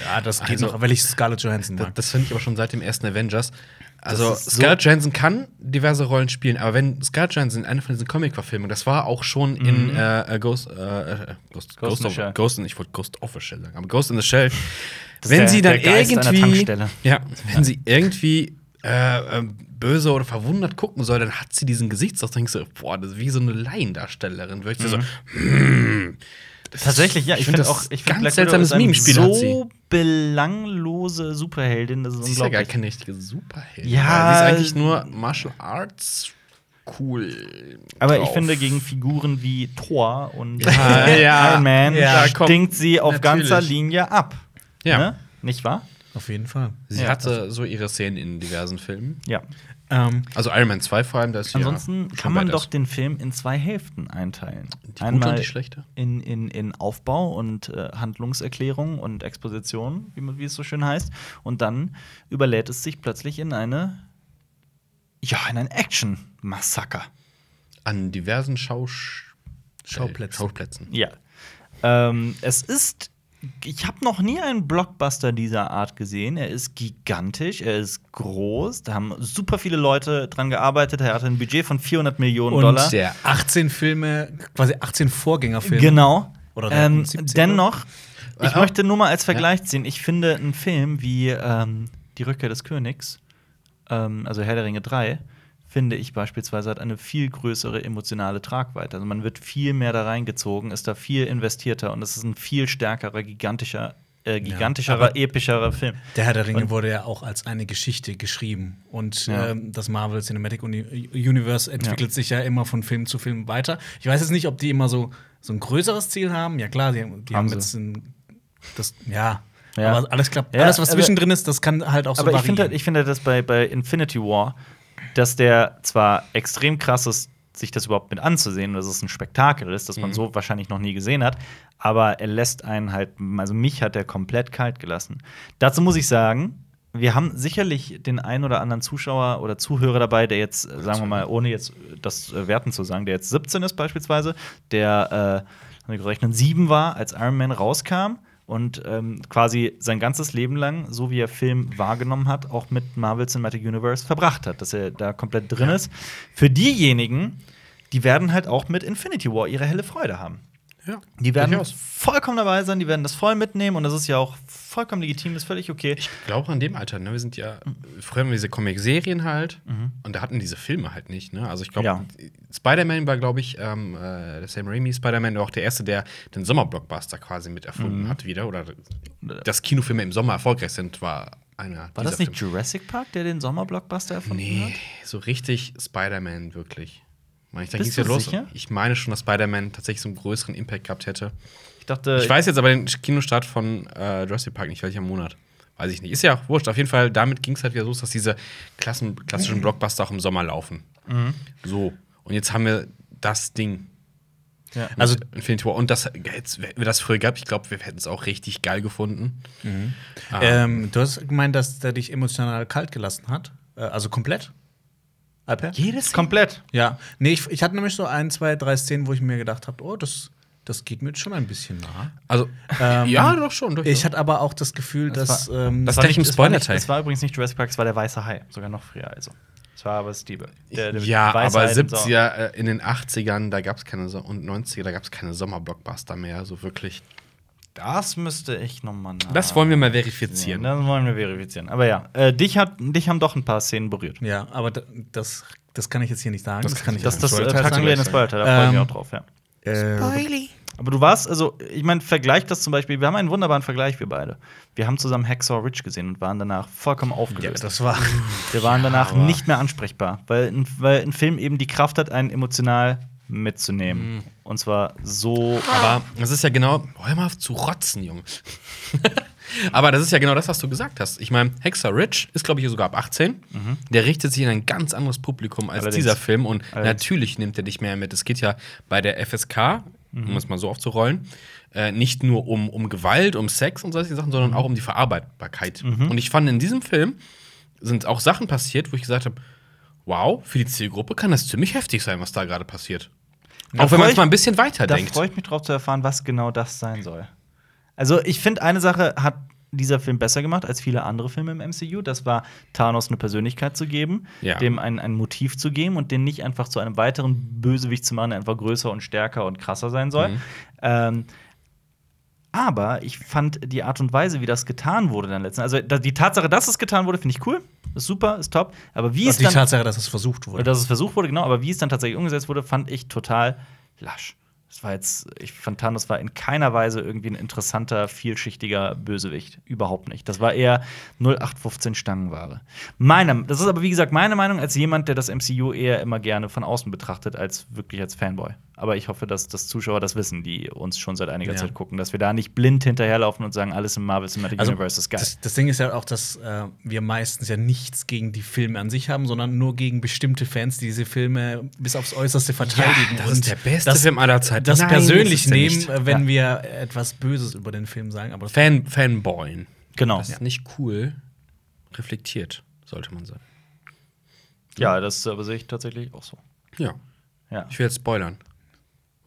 Ja, das geht
Also-
noch, weil ich Scarlett Johansson
Das,
mag.
das finde ich aber schon seit dem ersten Avengers. Also,
ist so-
Scarlett Johansson kann diverse Rollen spielen, aber wenn Scarlett Johansson in einer von diesen Comic-Verfilmungen, das war auch schon in äh, äh, Ghost, äh, äh, Ghost, Ghost,
Mhm. in the
of,
Shell.
Ghost in, ich wollte Ghost of a Shell sagen, aber Ghost in the Shell.
Das ist
wenn
der-
sie dann
der Geist einer
irgendwie,
Tankstelle.
ja, wenn sie irgendwie äh, ähm, böse oder verwundert gucken soll, dann hat sie diesen Gesichtsausdruck. Denkst du, boah, das ist wie so eine Laiendarstellerin. Würde ich
Mhm.
so, hmm. Das ist-
Tatsächlich, ja. Ich
find
finde
das
auch, ich
ganz
finde
seltsames Meme-Spiel. hat sie.
so belanglose Superheldin, das ist
Sie ist ja gar
unglaublich.
keine richtige Superheldin.
Ja. äh,
Sie ist eigentlich nur Martial Arts cool.
Aber ich
drauf.
finde, gegen Figuren wie Thor und
Ja, ja.
Iron Man
Ja, komm,
stinkt sie auf
natürlich.
ganzer Linie ab.
Ja.
Ne? Nicht wahr?
Auf jeden Fall.
Sie
Ja. also-
hatte so ihre Szenen in diversen Filmen.
Ja.
Ähm,
Also Iron Man 2 vor allem, da ist sie
Ansonsten
ja schon
kann man
badass.
doch den Film in zwei Hälften einteilen.
Die gute und die schlechte?
In, in, in Aufbau und äh, Handlungserklärung und Exposition, wie, man, wie es so schön heißt. Und dann überlädt es sich plötzlich in eine, ja, in ein Action-Massaker.
an diversen Schausch
Schauplätzen.
Schauplätzen.
Ja. Ähm, es ist. Ich habe noch nie einen Blockbuster dieser Art gesehen. Er ist gigantisch, er ist groß. Da haben super viele Leute dran gearbeitet. Er hatte ein Budget von 400 Millionen
und
Dollar.
der 18 Filme, quasi 18 Vorgängerfilme.
Genau.
Oder
ähm,
70er?
dennoch, ich
Äh,
möchte nur mal als Vergleich ziehen. Ich finde einen Film wie ähm, Die Rückkehr des Königs, ähm, also Herr der Ringe 3, finde ich beispielsweise hat eine viel größere emotionale Tragweite. Also man wird viel mehr da reingezogen, ist da viel investierter und es ist ein viel stärkerer, gigantischer, äh, gigantischerer, epischerer Film.
Der Herr der Ringe wurde ja auch als eine Geschichte geschrieben. Und
Ja.
ähm, das Marvel Cinematic Uni Universe entwickelt sich ja immer von Film zu Film weiter. Ich weiß jetzt nicht, ob die immer so, so ein größeres Ziel haben. Ja, klar, die, die haben,
sie.
jetzt ein, das, ja.
Ja.
Aber alles klappt.
Ja,
alles, was
aber-
zwischendrin ist, das kann halt auch so
Aber ich
variieren.
finde, ich finde das bei, bei Infinity War, dass der zwar extrem krass ist, sich das überhaupt mit anzusehen, dass es ein Spektakel ist, das man
Mhm.
so wahrscheinlich noch nie gesehen hat, aber er lässt einen halt, also mich hat er komplett kalt gelassen. Dazu muss ich sagen, wir haben sicherlich den einen oder anderen Zuschauer oder Zuhörer dabei, der jetzt, äh, sagen wir mal, ohne jetzt äh, das äh, Werten zu sagen, der jetzt 17 ist beispielsweise, der, äh, haben wir gerechnet, 7 war, als Iron Man rauskam und ähm, quasi sein ganzes Leben lang, so wie er Film wahrgenommen hat, auch mit Marvel Cinematic Universe verbracht hat, dass er da komplett drin ist. Für diejenigen, die werden halt auch mit Infinity War ihre helle Freude haben.
Ja.
Die werden
Durchaus.
vollkommen dabei sein, die werden das voll mitnehmen und das ist ja auch vollkommen legitim, ist völlig okay.
Ich glaube an dem Alter, ne? Wir sind ja, früher haben wir diese Comic-Serien halt und da hatten diese Filme halt nicht, ne? Also ich glaube,
Mhm. Ja.
Spider-Man war, glaube ich, ähm, äh, der Sam Raimi Spider-Man war auch der erste, der den Sommerblockbuster quasi mit erfunden
Mhm.
hat wieder. Oder dass Kinofilme im Sommer erfolgreich sind, war einer
Äh. War
dieser
das nicht
Filme.
Jurassic Park, der den Sommerblockbuster erfunden hat?
Nee, so richtig Spider-Man, wirklich. Ich meine, da
Bist
ging's ja
du
los.
sicher?
Ich meine schon, dass Spider-Man tatsächlich so einen größeren Impact gehabt hätte.
Ich dachte,
Ich weiß jetzt aber den Kinostart von äh, Jurassic Park nicht, welcher Monat. Weiß ich nicht. Ist ja auch wurscht. Auf jeden Fall, damit ging es halt wieder so, dass diese Klassen, klassischen Blockbuster auch im Sommer laufen. So. Und jetzt haben wir das Ding.
Ja.
Mit also Infinity War. Und das, jetzt, hätten wir das früher gehabt, ich glaube, wir hätten es auch richtig geil gefunden. Ah.
Ähm, du hast gemeint, dass der dich emotional kalt gelassen hat. Äh, also komplett? Alper?
jedes komplett.
Ja. Nee, ich, ich hatte nämlich so ein, zwei, drei Szenen, wo ich mir gedacht habe, oh, das, das geht mir jetzt schon ein bisschen nah.
Also,
Ähm,
ja, doch schon. Doch,
Ich hatte aber auch das Gefühl,
Das
dass.
war-
ähm,
das
war
war nicht im
das war nicht-
Spoiler-Teil.
Es war übrigens nicht Jurassic Park, es war der weiße Hai, sogar noch früher. Also, es war aber Steve. Der, der
ja,
weiße
aber
Hai im Sommer.
70er, äh, in den 80ern, da gab es keine, so und 90er, da gab es keine Sommerblockbuster mehr, so wirklich.
Das müsste ich nochmal.
Das wollen wir mal verifizieren.
Das wollen wir verifizieren. Aber ja, äh, dich, hat, dich haben doch ein paar Szenen berührt.
ja, aber da- das, das kann ich jetzt hier nicht sagen.
Das kann ich
jetzt
Das, das äh,
nicht
packen wir in den
sagen.
Spoiler, da freuen wir
Ähm,
auch drauf, ja.
sagen. Äh,
Aber du warst, also, ich meine, vergleich das zum Beispiel, wir haben einen wunderbaren Vergleich, wir beide. Wir haben zusammen Hacksaw Ridge gesehen und waren danach vollkommen
ja,
aufgelöst.
das war.
wir waren danach
aber-
nicht mehr ansprechbar, weil, ein- weil ein Film eben die Kraft hat, einen emotional mitzunehmen. Und zwar so.
Mhm. Aber das ist ja genau, hör mal auf zu rotzen, Junge. Aber das ist ja genau das, was du gesagt hast. Ich meine, Hexer Rich ist, glaube ich, sogar ab 18. Der richtet sich in ein ganz anderes Publikum als
Mhm. Allerdings.
dieser Film und
Allerdings.
natürlich nimmt er dich mehr mit. Es geht ja bei der FSK,
Mhm.
um es mal so aufzurollen, äh, nicht nur um, um Gewalt, um Sex und solche Sachen,
Mhm.
sondern auch um die Verarbeitbarkeit. Und ich fand, in diesem Film sind auch Sachen passiert, wo ich gesagt habe, wow, für die Zielgruppe kann das ziemlich heftig sein, was da gerade passiert.
Da
auch
freu
wenn man
ich-
es mal ein bisschen
Da
weiterdenkt.
freue ich mich drauf zu erfahren, was genau das sein soll. Also, ich finde, eine Sache hat dieser Film besser gemacht als viele andere Filme im MCU. Das war, Thanos eine Persönlichkeit zu geben,
Ja.
dem ein, ein Motiv zu geben und den nicht einfach zu einem weiteren Bösewicht zu machen, der einfach größer und stärker und krasser sein soll. Ähm, aber ich fand die Art und Weise, wie das getan wurde, dann letzten Also, da- die Tatsache, dass es getan wurde, finde ich cool. Ist super, ist top. Aber wie es
die
dann
Tatsache, dass es versucht
oder
wurde.
dass es versucht wurde, genau, aber wie es dann tatsächlich umgesetzt wurde, fand ich total lasch. Das war jetzt, ich fand Thanos war in keiner Weise irgendwie ein interessanter, vielschichtiger Bösewicht. Überhaupt nicht. Das war eher 0815 Stangenware. Meine, das ist aber wie gesagt meine Meinung als jemand, der das MCU eher immer gerne von außen betrachtet, als wirklich als Fanboy. Aber ich hoffe, dass das Zuschauer das wissen, die uns schon seit einiger
Ja.
Zeit gucken, dass wir da nicht blind hinterherlaufen und sagen, alles im Marvel Cinematic Universe ist geil.
Also, Das, das Ding ist ja auch, dass äh, wir meistens ja nichts gegen die Filme an sich haben, sondern nur gegen bestimmte Fans, die diese Filme bis aufs Äußerste verteidigen.
das
und
ist der beste Film aller Zeiten.
Das
Nein,
persönlich
ist er
nehmen,
nicht.
äh, wenn wir etwas Böses über den Film sagen. Aber das
Fan, Fanboyen.
genau.
Das ist nicht cool. Reflektiert, sollte man sagen.
Ja, das aber sehe ich tatsächlich auch so.
Ja.
Ja.
Ich will jetzt spoilern.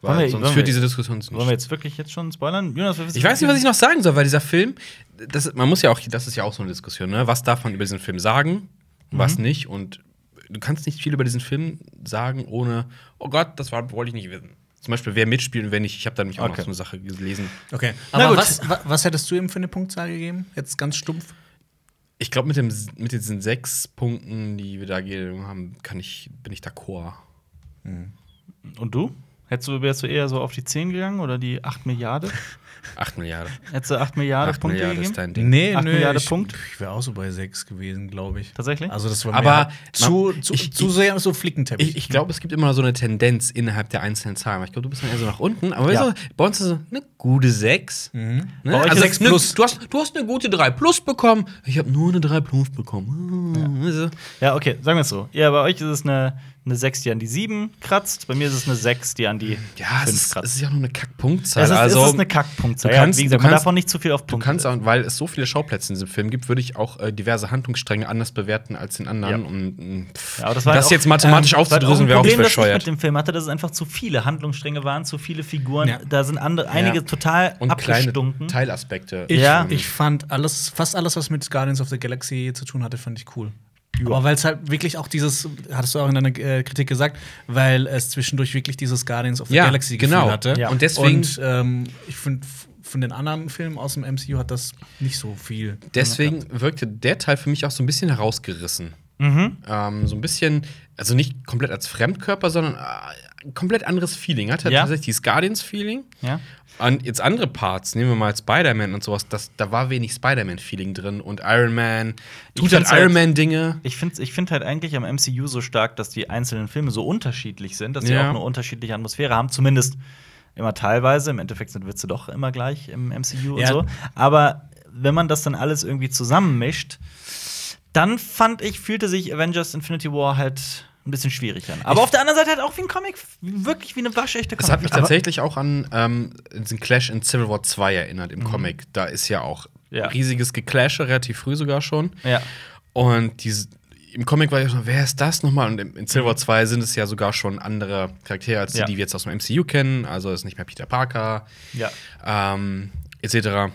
Wollen
Weil
wir-
sonst
wollen wir-
führt diese Diskussion zu
Wollen wir
nichts.
jetzt wirklich jetzt schon spoilern? Jonas, wir wissen-
Ich weiß nicht, was ich noch sagen soll, weil dieser Film, das, man muss ja auch, das ist ja auch so eine Diskussion, ne? Was darf man über diesen Film sagen,
Mhm.
was nicht? Und du kannst nicht viel über diesen Film sagen, ohne, oh Gott, das war, wollte ich nicht wissen. Zum Beispiel, wer mitspielt und wer nicht. Ich habe da nämlich auch noch
Okay.
so eine Sache gelesen.
Okay.
Na
Aber
gut.
was, wa- was hättest du ihm für eine Punktzahl gegeben? Jetzt ganz stumpf.
Ich glaube, mit, dem- mit diesen sechs Punkten, die wir da gegeben haben, kann ich, bin ich d'accord.
Und du? Hättest du, wärst du eher so auf die 10 gegangen oder die 8 Milliarden?
8 Milliarden.
Hättest du 8 Milliarden
8
Punkte
Milliarden
gegeben?
ist dein Ding.
Nee,
Acht Milliarden
ich,
Punkt?
Ich wäre auch so bei sechs gewesen, glaube ich.
Tatsächlich?
Also das war mir
Aber
halt zu,
man-
zu,
ich-
zu
ich-
sehr so Flickenteppich.
Ich, ich glaube, es gibt immer so eine Tendenz innerhalb der einzelnen Zahlen. Ich glaube, du bist dann eher so nach unten. Aber
Ja. Mhm.
weißt du, bei uns ist es eine gute 6. Ne?
Bei euch ist
Also
sechs
6
plus.
plus. Du hast, du hast eine gute 3 plus bekommen. Ich habe nur eine 3 plus bekommen. Hm, weißt du?
Ja, okay, sagen wir es so. Ja, bei euch ist es eine, eine 6, die an die 7 kratzt. Bei mir ist es eine 6, die an die
Ja, es
5
ist, es
kratzt.
ist ja auch nur eine Kackpunktzahl.
Es ist,
also,
es ist eine Kackpunktzahl.
du kannst-
ja, wie gesagt,
du
man
kannst-
darf auch nicht zu viel auf
Du
Punkte.
kannst auch, weil es so viele Schauplätze in diesem Film gibt, würde ich auch äh, diverse Handlungsstränge anders bewerten als in anderen.
Ja.
Und, mh, pff,
Ja, aber
das
das war halt auch-
jetzt mathematisch
Das war auch
aufzudröseln,
ein
wäre auch
Problem, das ich mit
bescheuert.
dem Film hatte, dass es einfach zu viele Handlungsstränge waren, zu viele Figuren.
Ja.
Da sind andere, einige total
Und kleine
abgestunken.
Teilaspekte.
Ich,
Ja.
ich fand alles, fast alles, was mit Guardians of the Galaxy zu tun hatte, fand ich cool. Aber weil es halt wirklich auch dieses, hattest du auch in deiner äh, Kritik gesagt, weil es zwischendurch wirklich dieses Guardians of the
Ja,
Galaxy Gefühl
genau.
hatte.
Ja.
Und
Und deswegen-
deswegen. Und ähm, ich finde, von den anderen Filmen aus dem MCU hat das nicht so viel.
Deswegen wirkte der Teil für mich auch so ein bisschen herausgerissen.
Mhm.
Ähm, so ein bisschen, also nicht komplett als Fremdkörper, sondern äh, ein komplett anderes Feeling. Hatte
Ja.
tatsächlich dieses Guardians-Feeling.
Ja.
Und jetzt andere Parts, nehmen wir mal Spider-Man und sowas, das, da war wenig Spider-Man-Feeling drin und Iron Man tut halt
find's halt-
Iron Man-Dinge.
Ich finde ich find halt eigentlich am MCU so stark, dass die einzelnen Filme so unterschiedlich sind, dass sie
Ja.
auch eine unterschiedliche Atmosphäre haben. Zumindest immer teilweise. Im Endeffekt sind Witze doch immer gleich im MCU
Ja.
und so. Aber wenn man das dann alles irgendwie zusammenmischt, dann fand ich, fühlte sich Avengers Infinity War halt ein bisschen schwierig an. Aber auf der anderen Seite halt auch wie ein Comic, wirklich wie eine waschechte Comic.
Es hat mich tatsächlich auch an ähm, den Clash in Civil War 2 erinnert im Comic. Da ist ja auch
Mhm. Ja.
riesiges Gekläsche, relativ früh sogar schon.
Ja.
Und diese, im Comic war ich so, wer ist das nochmal? Und in, in Civil War 2 sind es ja sogar schon andere Charaktere als die,
Mhm. Ja.
die wir jetzt aus dem MCU kennen. Also ist nicht mehr Peter Parker,
Ja.
ähm, etc.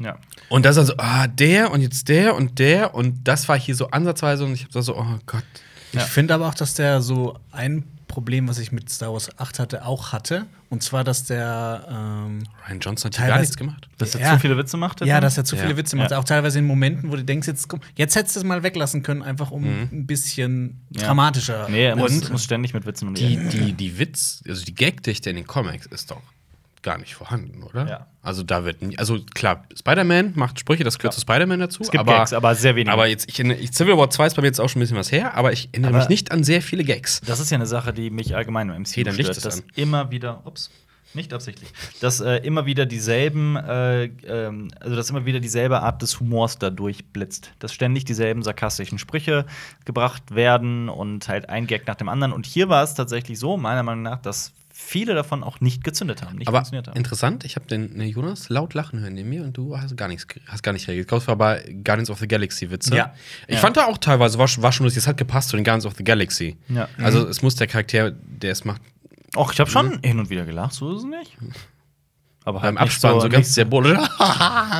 ja.
Und das also, ah, der und jetzt der und der und das war hier so ansatzweise und ich hab da so, oh Gott.
Ich
Ja.
finde aber auch, dass der so ein Problem, was ich mit Star Wars 8 hatte, auch hatte. Und zwar, dass der. Ähm,
Ryan Johnson hat hier
Teilweise-
gar nichts gemacht.
Dass er
Ja.
zu viele Witze macht?
Ja, dass er zu
Ja.
viele Witze macht.
Ja.
Auch teilweise in Momenten, wo du denkst, jetzt, komm, jetzt hättest du es mal weglassen können, einfach um
Mhm.
ein bisschen
Ja.
dramatischer.
Nee, er muss,
Und-
muss ständig mit Witzen um die
Die,
Ecke.
die, die Witz, also die Gagdichte in den Comics ist doch gar nicht vorhanden, oder?
Ja.
Also da wird nie, also klar, Spider-Man macht Sprüche, das gehört zu Spider-Man dazu.
Es gibt Gags, aber sehr wenige.
Aber jetzt, ich, ich, Civil War 2 ist bei mir jetzt auch schon ein bisschen was her, aber ich erinnere
Aber-
mich nicht an sehr viele Gags.
Das ist ja eine Sache, die mich allgemein im MCU
dann liegt es
stört, dass
an.
immer wieder, ups, nicht absichtlich, dass äh, immer wieder dieselben, äh, ähm, also dass immer wieder dieselbe Art des Humors da durchblitzt. Dass ständig dieselben sarkastischen Sprüche gebracht werden und halt ein Gag nach dem anderen. Und hier war es tatsächlich so, meiner Meinung nach, dass viele davon auch nicht gezündet haben, nicht
aber
funktioniert haben.
interessant, ich habe den ne, Jonas laut lachen hören neben mir und du hast gar nichts, ge- hast gar nicht reagiert. Ich glaube, es war bei Guardians of the Galaxy Witze.
Ja.
Ich
Ja.
fand da auch teilweise, war, schon- war schon lustig, es hat gepasst zu den Guardians of the Galaxy.
Ja. Mhm.
Also es muss der Charakter, der es macht,
Och, ich habe schon hin und wieder gelacht, so ist es nicht. Aber halt
Mhm. beim
nicht
Abspann so, ganz
nicht,
symbolisch.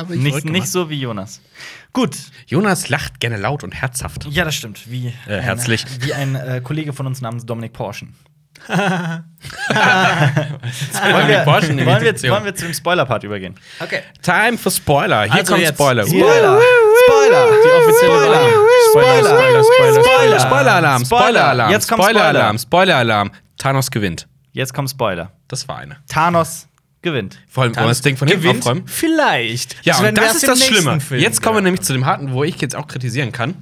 nicht, nicht so wie Jonas. Gut,
Jonas lacht gerne laut und herzhaft.
Ja, das stimmt. Wie
Äh, herzlich.
Ein, wie ein äh, Kollege von uns namens Dominik Porschen.
Ah,
wollen, wir, wollen, wir, wollen wir zu dem Spoiler-Part übergehen?
Okay.
Time for Spoiler. Hier
Also
kommt
jetzt.
Spoiler.
Spoiler! Spoiler! Die offizielle Spoiler!
Spoiler, Spoiler, Spoiler,
Spoiler,
Spoiler.
Spoiler-Alarm,
Spoiler.
Spoiler-Alarm,
Jetzt kommt
Spoiler-Alarm, Spoiler-Alarm. Thanos gewinnt.
Jetzt kommt Spoiler.
Das war eine.
Thanos gewinnt.
Vor allem, wollen wir das Ding von hinten
gewinnt
aufräumen?
Vielleicht.
Ja,
wenn
und das
wär's
ist
im
das
nächsten
Schlimme.
Film.
jetzt kommen wir nämlich zu dem harten, wo ich jetzt auch kritisieren kann.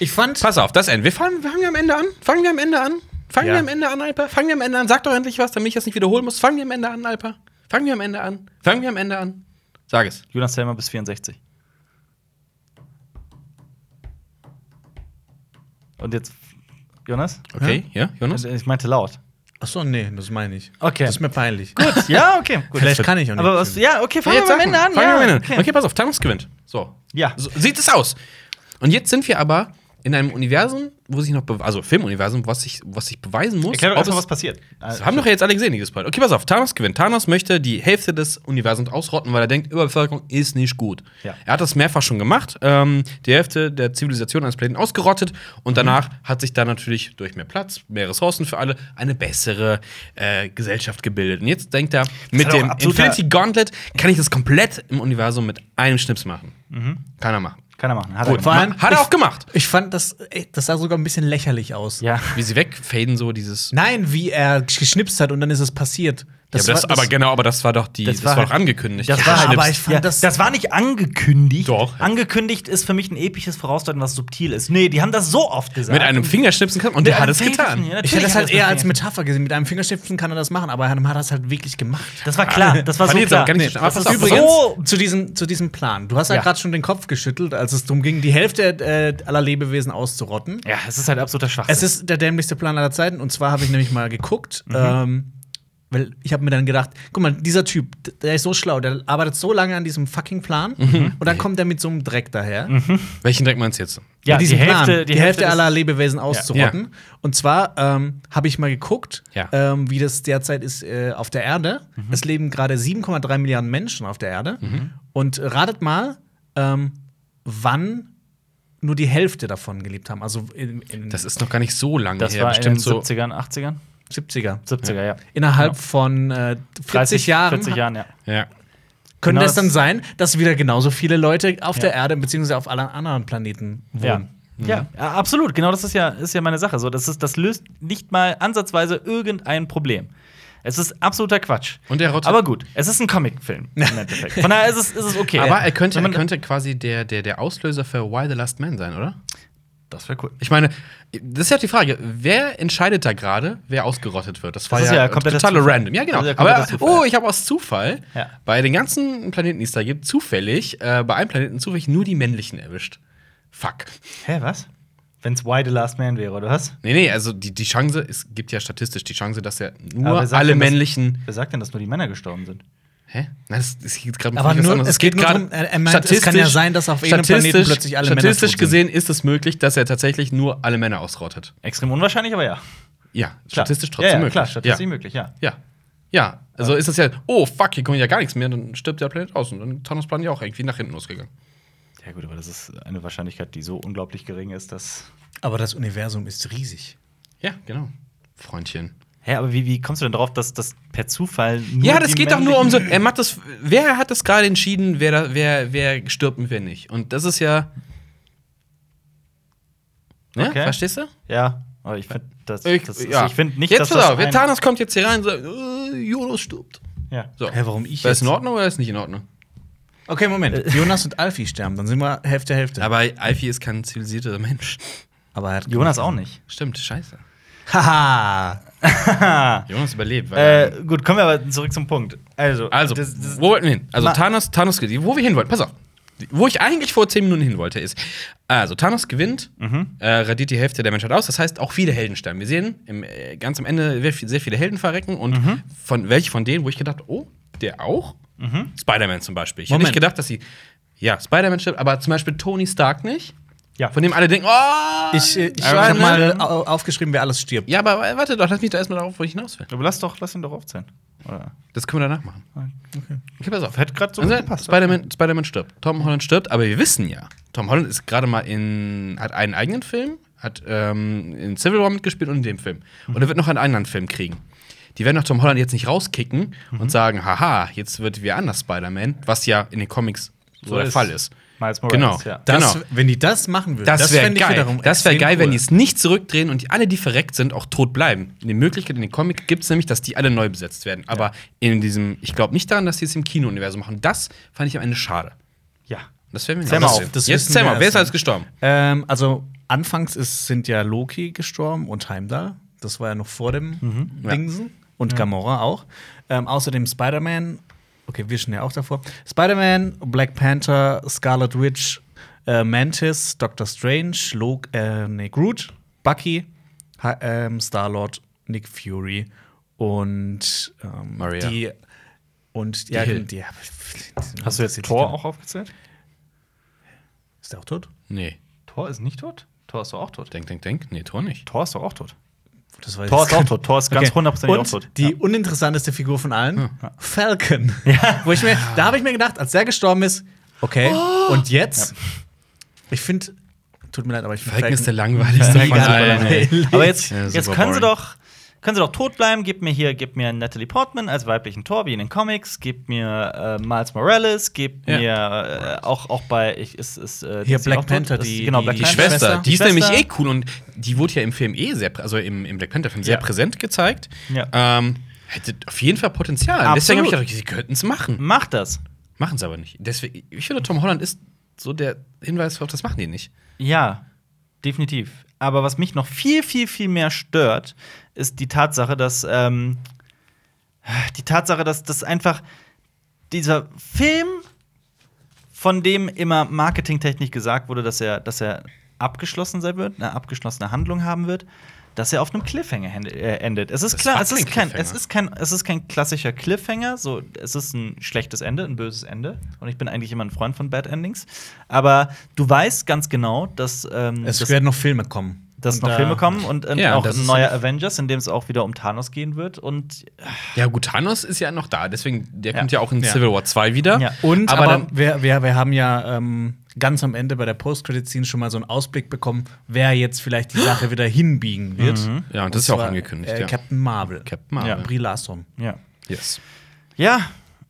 Ich fand,
Pass auf, das Ende. Wir fangen, fangen wir am Ende an. Fangen wir am Ende an. Fangen
Ja.
wir am Ende an, Alper. Fangen wir am Ende an. Sag doch endlich was, damit ich das nicht wiederholen muss. Fangen wir am Ende an, Alper. Fangen wir am Ende an. Fangen wir am Ende an. Sag es.
Jonas Helmer bis 64. Und jetzt, Jonas? Also,
Okay, ja, Jonas?
Ich meinte laut.
achso, nee, das meine ich.
Okay.
Das ist mir peinlich.
Gut, ja, okay. Gut.
Vielleicht kann ich auch nicht.
Aber was, ja, okay, fangen
Ja,
wir am
sag
Ende
mal.
an.
Fangen
ja,
wir am Ende
okay.
an. Okay, pass auf, Thanos gewinnt. So.
Ja.
So sieht es aus. Und jetzt sind wir aber in einem Universum, wo sich noch, be- also Filmuniversum, was sich, was sich beweisen muss.
Erklär doch
ob
erstmal,
es-
was passiert.
Das haben doch jetzt alle gesehen, dieses Part. Okay, pass auf, Thanos gewinnt. Thanos möchte die Hälfte des Universums ausrotten, weil er denkt, Überbevölkerung ist nicht gut.
Ja.
Er hat das mehrfach schon gemacht, ähm, die Hälfte der Zivilisation eines Planeten ausgerottet und danach hat sich dann natürlich durch mehr Platz, mehr Ressourcen für alle eine bessere äh, Gesellschaft gebildet. Und jetzt denkt er, mit
hat auch
dem
absoluter-
Infinity Gauntlet kann ich das komplett im Universum mit einem Schnips machen. Kann er machen.
Kann er Äh, machen. Hat er
Gut,
gemacht.
Vor allem-
hat er auch gemacht.
Ich fand, das, ey, das sah sogar ein bisschen lächerlich aus.
Ja.
Wie sie wegfaden, so dieses.
Nein, wie er geschnipst hat und dann ist es passiert.
Das ja, aber, das, aber genau, aber das war doch die, das,
war
war
halt-
doch angekündigt.
Das
Ja,
war halt,
aber ich fand
ja, das,
das-
war nicht angekündigt.
Doch.
Angekündigt ist für mich ein episches Vorausdeuten, was subtil ist. Nee, die haben das so oft gesagt.
mit einem Fingerschnipsen kann und der hat es getan.
Ich hätte das halt eher als
mit.
Metapher gesehen. Mit einem Fingerschnipsen kann er das machen, aber er hat das halt wirklich gemacht.
Das war klar. Das war
Fand
so
ich jetzt
klar.
auch gar nicht- aber
das
pass
ist
auf,
übrigens, so.
zu diesem, zu diesem Plan. Du hast ja,
Ja.
gerade schon den Kopf geschüttelt, als es darum ging, die Hälfte äh, aller Lebewesen auszurotten.
Ja, es ist halt absoluter Schwachsinn.
Es ist der dämlichste Plan aller Zeiten. Und zwar habe ich nämlich mal geguckt,
Mhm.
ähm, weil ich habe mir dann gedacht, guck mal, dieser Typ, der ist so schlau, der arbeitet so lange an diesem fucking Plan
Mhm.
und dann kommt er mit so einem Dreck daher.
Welchen Dreck meinst du jetzt?
ja,
mit diesem
die Hälfte,
Plan, die, Hälfte,
des-
aller Lebewesen auszurotten. Und zwar ähm, habe ich mal geguckt,
Ja.
ähm, wie das derzeit ist äh, auf der Erde.
Mhm.
Es leben gerade 7,3 Milliarden Menschen auf der Erde. Und ratet mal, ähm, wann nur die Hälfte davon gelebt haben. Also in, in
Das ist noch gar nicht so lange
Das
her.
war in den
Bestimmt so.
70ern, 80ern?
70er.
70er, ja.
Innerhalb von äh, 40 Jahren
40 genau. Jahren, ja.
Ja.
können
Genau
das dann
das-
sein, dass wieder genauso viele Leute auf
Ja.
der Erde bzw. auf allen anderen Planeten
Ja.
wohnen.
Ja, ja, absolut. Genau, das ist ja, ist ja meine Sache. So, das, ist, das löst nicht mal ansatzweise irgendein Problem. Es ist absoluter Quatsch.
Und der rotte-
Aber gut, es ist ein Comicfilm im Endeffekt. Von daher ist es, ist es okay.
Aber er könnte,
Wenn
er
man-
könnte quasi der, der, der Auslöser für Why the Last Man sein, oder?
Das wäre cool.
Ich meine, das ist ja die Frage, wer entscheidet da gerade, wer ausgerottet wird? Das war
ist
ja,
ja kompletter
total
Zufall.
random. Ja, genau.
Das ist ja kompletter
Aber
Zufall.
oh, ich habe aus Zufall
Ja.
bei den ganzen Planeten, die es da gibt, zufällig äh, bei einem Planeten zufällig nur die männlichen erwischt. Fuck.
Hä, was? Wenn's Why the Last Man wäre, oder was?
Nee, nee, also die, die Chance, es gibt ja statistisch die Chance, dass ja
Aber
nur
wer sagt
alle
denn, dass-
männlichen.
Wer sagt denn, dass nur die Männer gestorben sind?
Hä? Nein, das, das geht gerade um
Aber
völlig was
nur-
anderes.
es geht nur
grad
drum, er- er meint, es kann ja
statistisch-
sein, dass auf irgendeinem Planeten
statistisch-
plötzlich alle Männer
Statistisch
tot sind.
gesehen ist es möglich, dass er tatsächlich nur alle Männer ausrottet.
Extrem unwahrscheinlich, aber ja.
Ja,
Klar.
statistisch
ja,
trotzdem
ja,
möglich.
Klar, statistisch
ja.
möglich, ja.
ja. Ja, also ist das ja, oh fuck, hier kommt ja gar nichts mehr, dann stirbt der Planet aus und dann ist Thanos Plan ja auch irgendwie nach hinten losgegangen.
Ja, gut, aber das ist eine Wahrscheinlichkeit, die so unglaublich gering ist, dass.
Aber das Universum ist riesig.
Ja, genau. Freundchen.
Hä, aber wie, wie kommst du denn drauf, dass das per Zufall nur.
ja, das
die
geht doch nur um so.
männlichen-
Er macht das, wer hat das gerade entschieden, wer, da, wer, wer stirbt und wer nicht? Und das ist ja. Ne?
Okay.
Verstehst du?
Ja, aber ich finde das. das ist-
ja.
Ich finde nicht,
jetzt
dass
pass
das.
auf,
ein-
jetzt Thanos kommt jetzt hier rein und sagt, äh, Jonas stirbt.
ja.
So.
Hä, warum ich
War das
jetzt?
in Ordnung oder ist nicht in Ordnung?
Okay, Moment. Jonas und Alfie sterben, dann sind wir Hälfte, Hälfte.
Äh. Aber Alfie ist kein zivilisierter Mensch.
Aber halt er hat
Jonas auch nicht.
Stimmt, scheiße.
Haha.
Jonas überlebt. Weil er-
Ah. Äh, gut, kommen wir aber zurück zum Punkt. Also,
also,
das, das,
wo wollten wir hin? Also,
Ma-
Thanos, Thanos, gewinnt. wo wir hin wollten, pass auf. Wo ich eigentlich vor 10 Minuten hin wollte, ist, also Thanos gewinnt,
Mhm.
äh, radiert die Hälfte der Menschheit aus, das heißt auch viele Helden sterben. Wir sehen im, äh, ganz am Ende sehr viel- sehr viele Helden verrecken und
Mhm.
von welche von denen, wo ich gedacht, oh, der auch?
Mhm.
Spider-Man zum Beispiel. Ich hätte
Moment.
nicht gedacht, dass sie, ja, Spider-Man stirbt, aber zum Beispiel Tony Stark nicht,
ja.
von dem alle denken, oh!
Ich, äh, ich, ich
Iron
habe
Man.
mal au- aufgeschrieben, wer alles stirbt.
Ja, aber warte doch, lass mich da erstmal darauf, wo ich hinaus will.
Aber lass doch, lass ihn doch aufzählen. Oder?
Das können wir danach machen.
Ah,
Okay, pass auf.
Hätte grad so
also,
gepasst.
Spider-Man Spider stirbt. Tom Holland stirbt, aber wir wissen ja, Tom Holland ist gerade mal in. hat einen eigenen Film, hat ähm, in Civil War mitgespielt und in dem Film.
Mhm.
Und er wird noch einen anderen Film kriegen. Die werden doch Tom Holland jetzt nicht rauskicken
Mhm.
und sagen, haha, jetzt wird wir anders Spider-Man, was ja in den Comics so,
So
der
ist
Fall ist.
Miles
Genau.
Morales, ja.
Das,
genau.
Wenn die das machen würden,
Das wäre
fänd ich
geil.
wiederum
Das wäre
extrem
geil, wenn
cool.
die es nicht zurückdrehen und die alle, die verreckt sind, auch tot bleiben. Die Möglichkeit in den Comic gibt es nämlich, dass die alle neu besetzt werden. Aber in diesem, ich glaube nicht daran, dass die es im Kino-Universum machen. Das fand ich am Ende schade.
Ja.
Das wäre mir
Zähl
nicht
mal
passiert.
auf, Genau. das
Jetzt
wissen
zähl
wir
mal, wer ist
erst
alles
mal.
gestorben?
Ähm, also, anfangs ist, sind ja Loki gestorben und Heimdall. Das war ja noch vor dem
Mhm.
Dingsen. Und Gamora auch. Ähm, außerdem Spider-Man. Okay, Vision ja auch davor. Spider-Man, Black Panther, Scarlet Witch, äh, Mantis, Doctor Strange, Lo äh, nee, Groot, Bucky, Hi- ähm, Star-Lord, Nick Fury und ähm,
Maria.
die. Und ja,
Hill.
die, ja,
Hast du jetzt Thor auch aufgezählt?
Ist der auch tot?
Nee.
Thor ist nicht tot? Thor ist doch auch tot.
Denk, denk, denk. Nee, Tor nicht.
Thor ist doch auch tot.
Das weiß
Thor
ich
ist auch tot. Thor ist ganz hundertprozentig
Und
auch tot. Hm.
Die uninteressanteste Figur von allen, Falcon. Wo ich mir, da habe ich mir gedacht, als der gestorben ist, okay,
Oh.
und jetzt? Ich finde, tut mir leid, aber ich find
Falcon ist der langweiligste
Falcon
von
ist der
allen. ey.
langweiligste.
Aber jetzt,
Ja, super
jetzt können sie
boring.
doch. Können Sie doch tot bleiben? Gib mir hier, gib mir Natalie Portman als weiblichen Thor wie in den Comics. Gib mir äh, Miles Morales. Gib
Ja.
mir äh, auch, auch bei ich ist ist äh,
Hier
DC
Black
auch tot?
Panther,
Ist-
die-
genau
die-
Black
Die
Panther.
Schwester, die, ist
Schwester.
nämlich eh cool und die wurde ja im Film eh sehr, prä- also im, im Black Panther-Film sehr
Ja.
präsent gezeigt.
Ja.
Ähm, Hätte auf jeden Fall Potenzial.
Absolut.
Deswegen habe ich gedacht, sie könnten es machen.
Macht das.
Machen es aber nicht. Deswegen, ich finde, Tom Holland ist so der Hinweis darauf, das machen die nicht.
Ja, definitiv. Aber was mich noch viel, viel, viel mehr stört, ist die Tatsache, dass ähm, die Tatsache, dass das einfach dieser Film, von dem immer marketingtechnisch gesagt wurde, dass er, dass er abgeschlossen sein wird, eine abgeschlossene Handlung haben wird, dass er auf einem Cliffhanger hen- äh, endet. Es ist
Es
klar,
hat
es ist
keinen
kein,
Cliffhanger.
es ist kein, es ist kein klassischer Cliffhanger. So, es ist ein schlechtes Ende, ein böses Ende. Und ich bin eigentlich immer ein Freund von Bad Endings. Aber du weißt ganz genau, dass ähm,
Es
dass-
werden noch Filme kommen.
dass
Und
noch
da-
Filme kommen und, und
Ja,
auch
das
ein
ist
neuer
ja nicht-
Avengers, in dem es auch wieder um Thanos gehen wird. Und
Ja, gut, Thanos ist ja noch da, deswegen, der
Ja.
kommt ja auch in
Ja.
Civil War 2 wieder.
Ja.
Und aber,
aber, dann,
wir, wir, wir haben ja ähm, ganz am Ende bei der Post-Credit-Scene schon mal so einen Ausblick bekommen, wer jetzt vielleicht die Sache wieder hinbiegen wird.
Mhm.
Ja, und das ist ja auch angekündigt,
Äh,
ja.
Captain Marvel.
Captain Marvel.
Ja.
Brie Larson.
ja.
Yes.
Ja,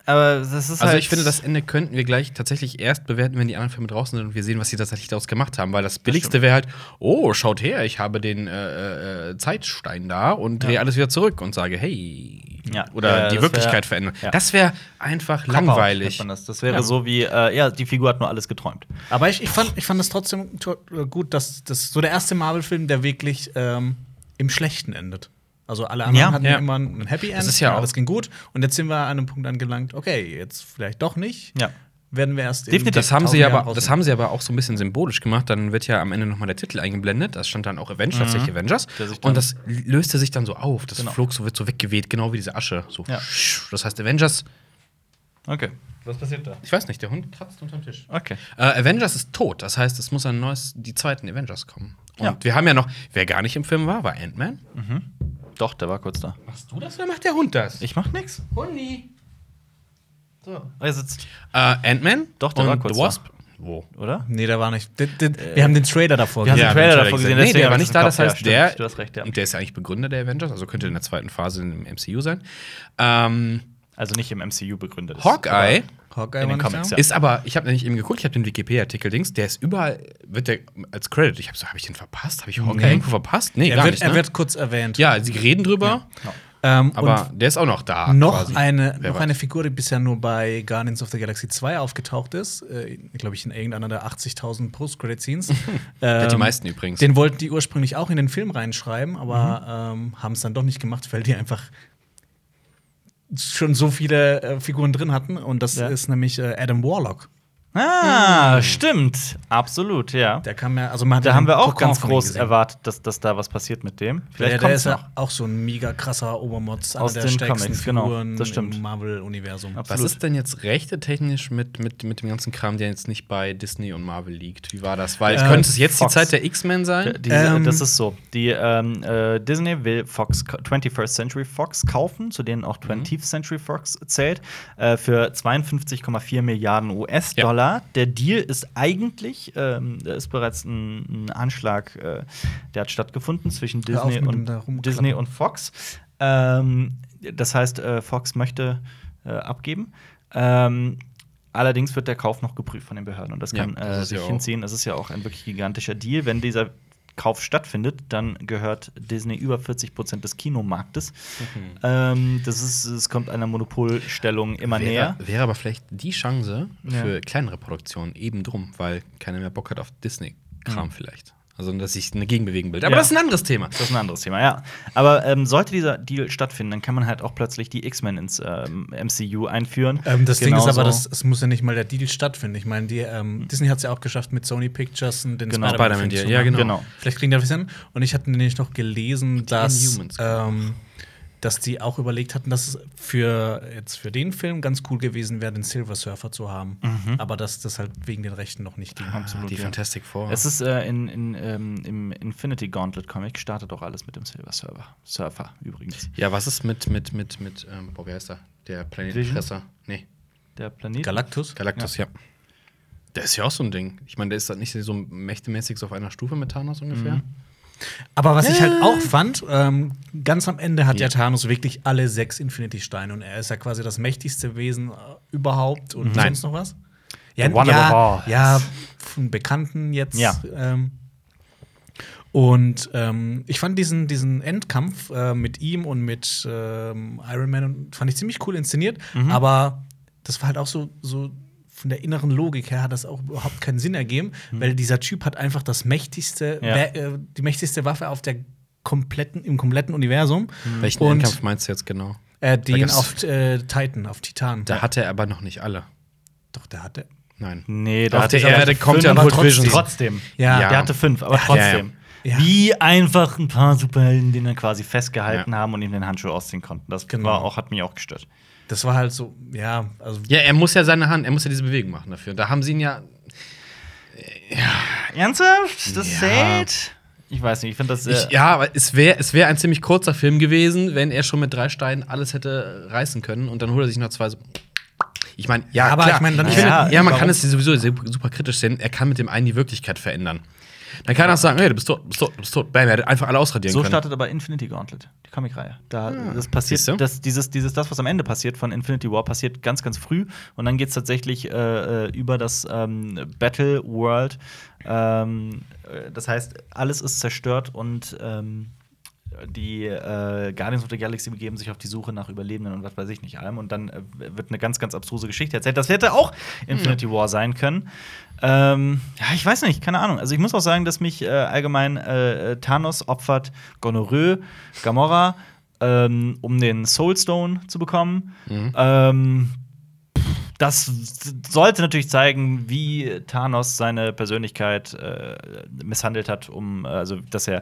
aber das ist
Also
halt
ich finde, das Ende könnten wir gleich tatsächlich erst bewerten, wenn die anderen Filme draußen sind und wir sehen, was sie tatsächlich daraus gemacht haben. Weil das Billigste wäre halt, oh, schaut her, ich habe den äh, äh, Zeitstein da und drehe alles wieder zurück und sage, hey.
Ja.
Oder
Äh, das
die
wär-
Wirklichkeit verändern.
ja.
Das wäre einfach
Cop-out, nennt
langweilig.
Man das. das wäre
Ja.
so wie, äh, ja, die Figur hat nur alles geträumt.
Aber ich, ich fand es trotzdem to- äh, gut, dass das so der erste Marvel-Film, der wirklich ähm, im Schlechten endet. Also alle anderen
Ja,
hatten
ja.
immer ein Happy End,
Das ist ja
und
auch-
alles ging gut. Und jetzt sind wir an einem Punkt angelangt, okay, jetzt vielleicht doch nicht.
Ja.
Werden wir erst in
Definitiv.
Das haben, sie
1000 Jahren
aber, das
rausfinden.
haben sie aber auch so ein bisschen symbolisch gemacht. Dann wird ja am Ende nochmal der Titel eingeblendet. Das stand dann auch Avengers, tatsächlich Avengers.
Mhm. Der sich dann-
Und das löste sich dann so auf. Das
Genau.
flog so, wird so weggeweht, genau wie diese Asche. So.
Ja.
Das heißt, Avengers,
Okay. Was passiert da?
ich weiß nicht, der Hund kratzt unterm Tisch.
Okay.
Äh, Avengers ist tot, das heißt, es muss ein neues, die zweiten Avengers kommen. Und
Ja.
wir haben ja noch, wer gar nicht im Film war, war Ant-Man.
Doch, der war kurz da.
Machst du das oder macht der Hund das?
Ich mach nix.
Hundi.
So. Er sitzt,
Äh, Ant-Man?
Doch, der
und
war kurz
The Wasp. Wo?
oder?
Nee, der war nicht. Den, den, wir haben den Trailer davor
Wir haben
Ja,
den Trailer
den Trailer
davor gesehen.
gesehen. Nee,
deswegen
der
hab
war
ich
nicht
das
da,
im
das
Kopf.
heißt,
stimmt,
der-
Du hast recht, ja.
Und der ist ja eigentlich Begründer der Avengers, also könnte in der zweiten Phase im MCU sein. Ähm,
Also nicht im MCU begründet. ist,
Hawkeye
Hawkeye
in
war
den
nicht
Comics,
da?
ja.
ist aber, ich habe nämlich eben geguckt, ich habe den Wikipedia-Artikel-Dings, der ist überall, wird der als Credit. Ich habe so, habe ich den verpasst? Habe ich Hawkeye irgendwo verpasst? Nee,
Er
gar
wird,
nicht.
er
Ne?
wird kurz erwähnt.
ja, sie reden drüber,
Ähm,
aber der ist auch noch da.
und noch,
quasi.
eine,
Wer
noch
weiß.
eine Figur, die bisher nur bei Guardians of the Galaxy 2 aufgetaucht ist. Äh, Glaube ich, in irgendeiner der 80.000 Post-Credit-Scenes.
Der hat die
Ähm,
meisten übrigens.
Den wollten die ursprünglich auch in den Film reinschreiben, aber
Mhm.
ähm, haben es dann doch nicht gemacht, weil die einfach schon so viele äh, Figuren drin hatten. Und das
Ja.
ist nämlich äh, Adam Warlock.
Ah,
Mm.
stimmt. Absolut, ja.
Der kam ja, also man hat
Da
ja
haben
den
wir auch
Kokon
ganz
von ihm
groß
gesehen.
erwartet, dass, dass da was passiert mit dem.
Der,
Vielleicht
der
kommt's
ist
noch.
ja auch so ein mega krasser Obermods, einer
Aus
der
den
stärksten
Comics, genau.
Figuren
Das stimmt.
im Marvel-Universum.
Was ist denn jetzt rechte technisch mit, mit, mit dem ganzen Kram, der jetzt nicht bei Disney und Marvel liegt? Wie war das? Weil
Äh,
könnte es jetzt
Fox.
die Zeit der X-Men
D-
sein?
Diese,
Ähm,
äh, das ist so. Die ähm, äh, Disney will Fox ka- 21st Century Fox kaufen, zu denen auch
Mhm.
20th Century Fox zählt, äh, für 52,4 Milliarden US-Dollar. Der Deal ist eigentlich, ähm, da ist bereits ein, ein Anschlag, äh, der hat stattgefunden zwischen
Hör auf
Disney
mit dem
und
da rumklappern.
Disney und Fox. Ähm, das heißt, äh, Fox möchte äh, abgeben. Ähm, Allerdings wird der Kauf noch geprüft von den Behörden und das
Ja,
kann
das
äh,
ist ja
sich
auch-
hinziehen. Es ist ja auch ein wirklich gigantischer Deal. Wenn dieser Kauf stattfindet, dann gehört Disney über 40 Prozent des Kinomarktes. Ähm, das ist, es kommt einer Monopolstellung immer
Wäre,
näher.
wäre aber vielleicht die Chance
Ah, Ja.
für kleinere Produktionen eben drum, weil keiner mehr Bock hat auf Disney-Kram vielleicht. Also, dass sich eine Gegenbewegung bildet. Aber
Hm. Ja.
das ist ein anderes Thema.
Das ist ein anderes Thema, ja. Aber ähm, sollte dieser Deal stattfinden, dann kann man halt auch plötzlich die X-Men ins ähm, MCU einführen.
Ähm, das Ding ist
Genauso-
aber, das, es muss ja nicht mal der Deal stattfinden. Ich meine, die, ähm, Disney hat es ja auch geschafft, mit Sony Pictures den
Mhm. Genau.
Spider-Man-Film
Spider-Man-Deal,
zu
ja,
machen.
genau.
Genau.
Vielleicht kriegen die das hin. Und ich hatte nämlich noch gelesen, dass,
Inhumans. genau.
ähm, dass die auch überlegt hatten, dass es für, jetzt für den Film ganz cool gewesen wäre, den Silver Surfer zu haben.
Mhm.
Aber dass das halt wegen den Rechten noch nicht ging.
Absolut,
die
ja.
Fantastic Four.
Es ist äh, in, in, ähm, im Infinity Gauntlet Comic startet doch alles mit dem Silver Surfer. Surfer übrigens.
ja, was ist mit, mit, mit, mit, ähm, boah, wer heißt der? Der Planetenfresser. Nee,
Der Planet.
Galactus?
Galactus, ja. Der ist ja auch so ein Ding. Ich meine, der ist halt nicht so mächtemäßig so auf einer Stufe mit Thanos ungefähr.
Mhm.
Aber was ich halt auch fand, ähm, ganz am Ende hat ja.
Ja.
Thanos wirklich alle sechs Infinity-Steine und er ist ja quasi das mächtigste Wesen äh, überhaupt und
Mhm. Nein.
sonst noch was. Ja,
one
ja,
above all.
ja, von Bekannten jetzt.
Ja.
Ähm, Und ähm, ich fand diesen, diesen Endkampf äh, mit ihm und mit ähm, Iron Man und- fand ich ziemlich cool inszeniert, aber das war halt auch so, so von der inneren Logik her hat das auch überhaupt keinen Sinn ergeben, weil dieser Typ hat einfach das mächtigste,
Ja.
Wer- äh, die mächtigste Waffe auf der kompletten, im kompletten Universum.
Welchen
Und-
Endkampf meinst du jetzt genau?
Äh, den
gab's-
auf äh, Titan, auf Titan.
Da hatte er aber noch nicht alle.
Doch, der hatte.
Nein.
Nee,
Auf
hatte
der
ich aber
Erde
fünf,
kommt ja
aber
World
trotzdem.
Vision.
Trotzdem.
Ja.
Der hatte fünf, aber trotzdem.
ja. Ja.
Wie einfach ein paar Superhelden, den dann quasi festgehalten haben und ihm den Handschuh ausziehen konnten. Das
Genau.
war auch, hat mich auch gestört.
Das war halt so, ja, also
Ja, er muss ja seine Hand, er muss ja diese Bewegung machen dafür. Da haben sie ihn ja.
Ernsthaft? Das
Ja.
zählt? Ich weiß nicht, ich finde das. Äh,
Ich, ja, aber es wäre es wär ein ziemlich kurzer Film gewesen, wenn er schon mit drei Steinen alles hätte reißen können und dann holt er sich noch zwei. So ich meine, ja,
Aber
klar.
ich mein, dann-
finde,
Ja,
ja, man
warum?
kann es sowieso super, super kritisch sehen. Er kann mit dem einen die Wirklichkeit verändern. Dann kann er auch sagen, hey, du bist tot, du bist tot, du bist tot. Bam, er hätte einfach alle ausradieren
So
können.
startet aber Infinity Gauntlet, die Comicreihe. Da das
siehste?
passiert, das, dieses, dieses, das, was am Ende passiert von Infinity War, passiert ganz, ganz früh. Und dann geht es tatsächlich äh, äh, über das ähm, Battle World. Ähm, äh, das heißt, alles ist zerstört und ähm, die äh, Guardians of the Galaxy begeben sich auf die Suche nach Überlebenden und was weiß ich nicht allem. Und dann äh, wird eine ganz, ganz abstruse Geschichte erzählt. Das hätte auch Infinity War sein können. Ähm, ja, ich weiß nicht, keine Ahnung. Also ich muss auch sagen, dass mich äh, allgemein äh, äh, Thanos opfert Gonorrhoe, Gamora, ähm, um den Soulstone zu bekommen. Ähm, das sollte natürlich zeigen, wie Thanos seine Persönlichkeit äh, misshandelt hat, um äh, also dass er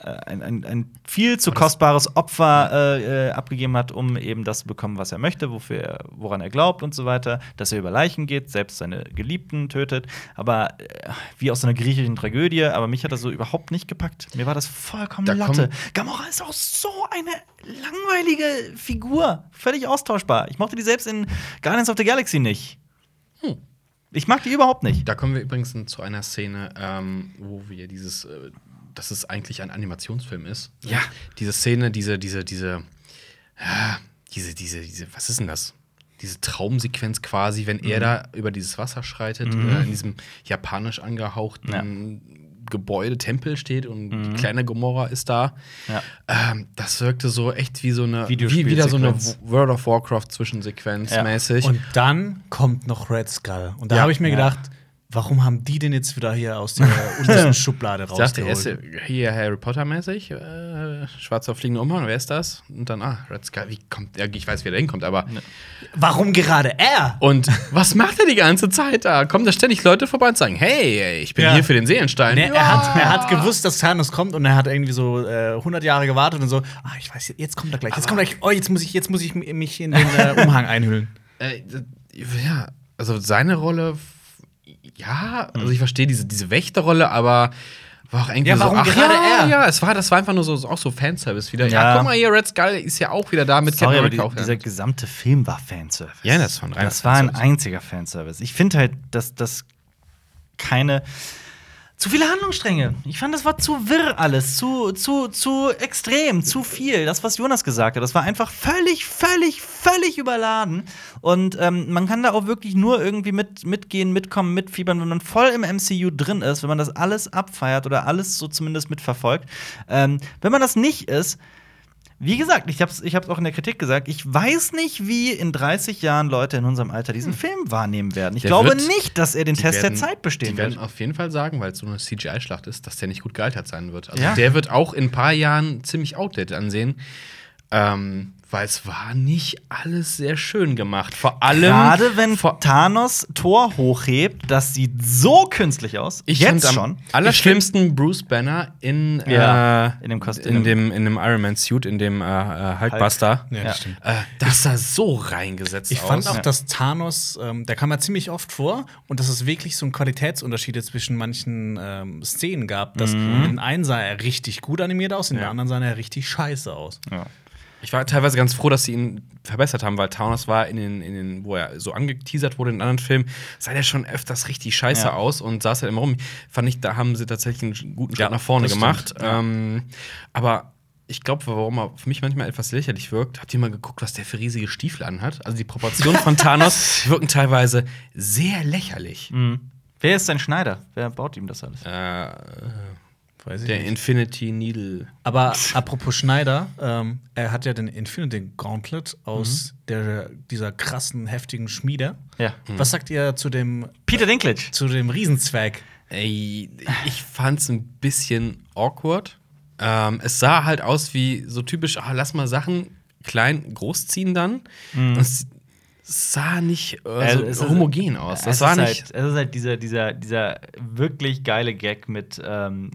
äh, ein, ein, ein viel zu kostbares Opfer äh, äh, abgegeben hat, um eben das zu bekommen, was er möchte, wofür er, woran er glaubt und so weiter, dass er über Leichen geht, selbst seine Geliebten tötet, aber äh, wie aus einer griechischen Tragödie, aber mich hat das so überhaupt nicht gepackt. Mir war das vollkommen
Da
Latte.
kommen-
Gamora ist auch so eine langweilige Figur. Völlig austauschbar. Ich mochte die selbst in Guardians of the Galaxy nicht.
Hm.
Ich mag die überhaupt nicht.
Da kommen wir übrigens zu einer Szene, ähm, wo wir dieses, äh, dass es eigentlich ein Animationsfilm ist.
Ja.
Diese Szene, diese, diese, diese, ah, diese, diese, diese, was ist denn das? Diese Traumsequenz quasi, wenn
Mhm.
er da über dieses Wasser schreitet, äh, in diesem japanisch angehauchten Gebäude, Tempel steht und die kleine Gomorra ist da.
Mhm. Ja.
Ähm, das wirkte so echt wie so eine, wie
Videospielsequenz.
wieder so eine World of Warcraft Zwischensequenz
Ja.
mäßig.
Und dann kommt noch Red Skull. Und da
Ja.
habe ich mir
Ja.
gedacht, warum haben die den jetzt wieder hier aus der untersten Schublade
Ich dachte erst
rausgeholt?
hier Harry Potter mäßig, äh, schwarzer fliegender Umhang, wer ist das? Und dann, ah, Red Sky, wie kommt, ja, ich weiß, wie der hinkommt, aber.
Warum gerade er?
Und was macht er die ganze Zeit da? Kommen da ständig Leute vorbei und sagen, hey, ich bin
Ja.
hier für den Seelenstein.
Nee, Ne, er, hat, er hat gewusst, dass Thanos kommt und er hat irgendwie so äh, 100 Jahre gewartet und so, ah, ich weiß, jetzt kommt er gleich, jetzt kommt er gleich, oh, jetzt muss ich, jetzt muss ich m- mich in den äh, Umhang einhüllen.
Äh, ja, also seine Rolle, f- ja, also ich verstehe diese, diese Wächterrolle, aber war auch irgendwie
Hm. Ja,
so,
warum
ach
gerade
ja,
er?
ja, es war, das war einfach nur so, so- auch so Fanservice wieder. Ja.
Ja.
guck mal hier, Red Skull ist ja auch wieder da mit
Sorry, aber
Captain
die,
America auf
dieser
der-
gesamte Film war Fanservice.
Ja, das war ein reiner
Das war ein
Fanservice.
einziger Fanservice. Ich finde halt, dass das keine zu viele Handlungsstränge. Ich fand, das war zu wirr alles, zu zu zu extrem, zu viel. Das, was Jonas gesagt hat, das war einfach völlig, völlig, völlig überladen. Und ähm, man kann da auch wirklich nur irgendwie mit mitgehen, mitkommen, mitfiebern, wenn man voll im MCU drin ist, wenn man das alles abfeiert oder alles so zumindest mitverfolgt. Ähm, wenn man das nicht ist, wie gesagt, ich hab's, ich hab's auch in der Kritik gesagt, ich weiß nicht, wie in 30 Jahren Leute in unserem Alter diesen Film wahrnehmen werden. Ich
Hm. Der
glaube
wird-
nicht, dass er den
Die
Test
werden-
der Zeit bestehen
Die werden
wird.
auf jeden Fall sagen, weil es so eine CGI-Schlacht ist, dass der nicht gut gealtert sein wird. Also
Ja.
der wird auch in ein paar Jahren ziemlich outdated ansehen. Ähm, weil es war nicht alles sehr schön gemacht. Vor allem.
Gerade wenn
vor
Thanos Thor hochhebt, das sieht so künstlich aus.
ich
Jetzt
fand
schon.
Am allerschlimmsten Bruce Banner in, äh,
Ja, in dem Kostüm.
in dem, in dem Iron Man Suit, in dem äh, äh, Hulkbuster.
Ja,
Ja.
das stimmt.
Äh, das sah so reingesetzt
Ich
aus.
fand auch,
Ja.
dass Thanos, ähm, der kam ja ziemlich oft vor und dass es wirklich so einen Qualitätsunterschied zwischen manchen ähm, Szenen gab. Dass In den einen sah er richtig gut animiert aus, in den
Mhm. Ja.
anderen sah er richtig scheiße aus.
Ja.
Ich war teilweise ganz froh, dass sie ihn verbessert haben, weil Thanos war in den, in den wo er so angeteasert wurde in anderen Filmen, sah der schon öfters richtig scheiße
Ja.
aus und saß halt immer rum. Fand ich, da haben sie tatsächlich einen sch- guten Schritt nach vorne
das
gemacht. Ähm, aber ich glaube, warum er für mich manchmal etwas lächerlich wirkt, habt ihr mal geguckt, was der für riesige Stiefel anhat? Also die Proportionen von Thanos wirken teilweise sehr lächerlich.
Mhm. Hm. Wer ist sein Schneider? Wer baut ihm das alles?
Äh, äh,
Weiß ich
Der
nicht.
Infinity Needle.
Aber apropos Schneider, ähm, er hat ja den Infinity Gauntlet aus der, dieser krassen, heftigen Schmiede.
Mhm. Ja.
Was sagt ihr zu dem,
Peter Dinklage.
zu dem Riesenzwerg?
Ey, ich fand's ein bisschen awkward. Ähm, es sah halt aus wie so typisch, ah, lass mal Sachen klein großziehen dann. Und Es sah nicht äh, so
Also, Mhm. es ist-
homogen aus. Das
es
war
ist
nicht
Halt, es ist halt dieser, dieser, dieser wirklich geile Gag mit. Ähm,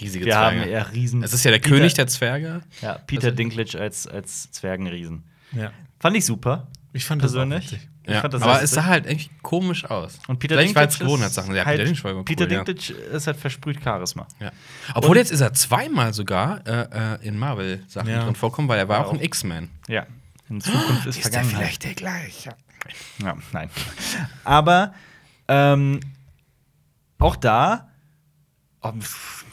riesige
wir haben
Zwerge.
ja Riesen.
Es ist ja der
Peter,
König der Also- Zwerge.
Ja, Peter Dinklage als, als Zwergenriesen.
Ja.
Fand ich super.
Ich fand das auch
persönlich.
witzig.
Ich
Ja.
fand das
Aber
sehr
es sah halt echt komisch aus.
Und Peter
Vielleicht war es
Dinklage
gewohnt,
ist
als Sachen. Ja,
halt-
Peter Dinklage war immer
Peter
cool, ja.
Dinklage ist halt versprüht Charisma.
Ja. Obwohl jetzt ist er zweimal sogar äh, äh, in Marvel-Sachen
Ja.
drin vorkommen, weil er war auch ein X-Man.
Ja. In Zukunft ist, Vergangenheit.
Ah, der gleiche?
Ja, nein. Aber ähm, auch da, oh, pff,